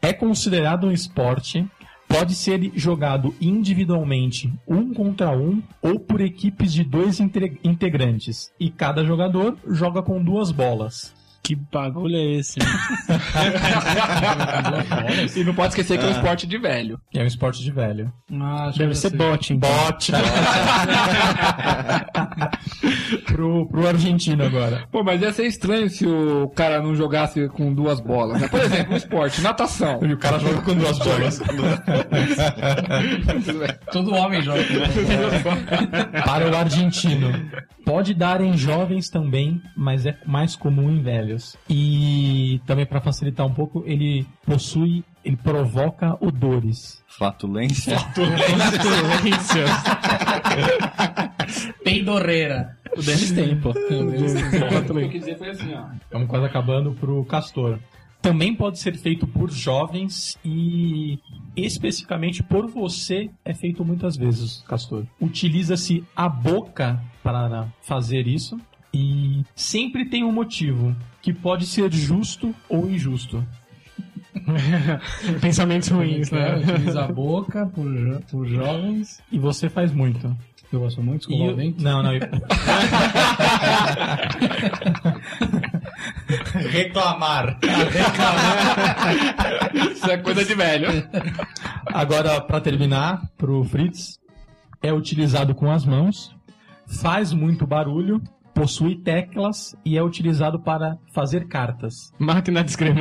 Speaker 2: é considerado um esporte, pode ser jogado individualmente, um contra um, ou por equipes de dois inte- integrantes. E cada jogador joga com duas bolas.
Speaker 5: Que bagulho é esse? né?
Speaker 3: E não pode esquecer que é um esporte de velho.
Speaker 2: É um esporte de velho.
Speaker 8: Ah, acho que
Speaker 5: Deve
Speaker 8: eu
Speaker 5: ser
Speaker 8: sei.
Speaker 5: bot, então.
Speaker 2: Bote. pro, pro argentino agora.
Speaker 3: Pô, mas ia ser estranho se o cara não jogasse com duas bolas. né? Por exemplo, um esporte, natação.
Speaker 2: E o cara joga com duas bolas.
Speaker 8: Todo homem joga.
Speaker 2: Para o argentino. Pode dar em jovens também, mas é mais comum em velhos. E também para facilitar um pouco, ele possui, ele provoca odores.
Speaker 6: Flatulência.
Speaker 8: Peidorreira.
Speaker 5: O Denis tem, pô.
Speaker 3: Eu quis dizer foi assim, ó.
Speaker 2: Estamos quase acabando pro castor. Também pode ser feito por jovens e especificamente por você é feito muitas vezes, castor. Utiliza-se a boca para fazer isso e sempre tem um motivo que pode ser justo ou injusto.
Speaker 4: Pensamentos ruins,
Speaker 8: Isso, né?
Speaker 4: né?
Speaker 8: Utiliza a boca por, jo- por jovens.
Speaker 2: E você faz muito.
Speaker 5: Eu gosto muito,
Speaker 2: E
Speaker 5: escovar
Speaker 2: o-
Speaker 5: o dente.
Speaker 2: Não, não. eu- Reclamar.
Speaker 13: Isso é coisa de velho.
Speaker 2: Agora, pra terminar, pro Fritz, é utilizado com as mãos, faz muito barulho, possui teclas e é utilizado para fazer cartas.
Speaker 3: Máquina de escrever.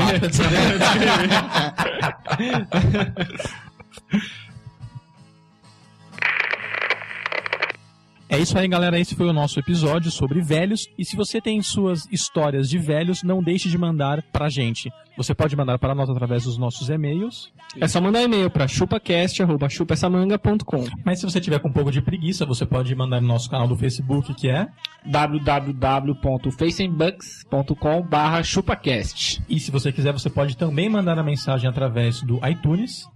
Speaker 2: É isso aí, galera. Esse foi o nosso episódio sobre velhos. E se você tem suas histórias de velhos, não deixe de mandar pra gente. Você pode mandar para nós através dos nossos e-mails.
Speaker 3: É só mandar e-mail pra chupacast.chupaessamanga.com.
Speaker 2: Mas se você tiver com um pouco de preguiça, você pode mandar no nosso canal do Facebook, que é.
Speaker 3: www.facebooks.com barra chupacast.
Speaker 2: E se você quiser, você pode também mandar a mensagem através do iTunes.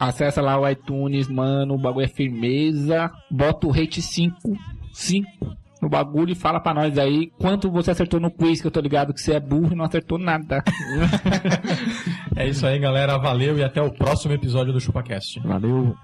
Speaker 3: Acessa lá o iTunes, mano, o bagulho é firmeza. Bota o rate 5, 5 no bagulho e fala pra nós aí quanto você acertou no quiz, que eu tô ligado que você é burro e não acertou nada.
Speaker 2: É isso aí, galera. Valeu e até o próximo episódio do ChupaCast.
Speaker 3: Valeu.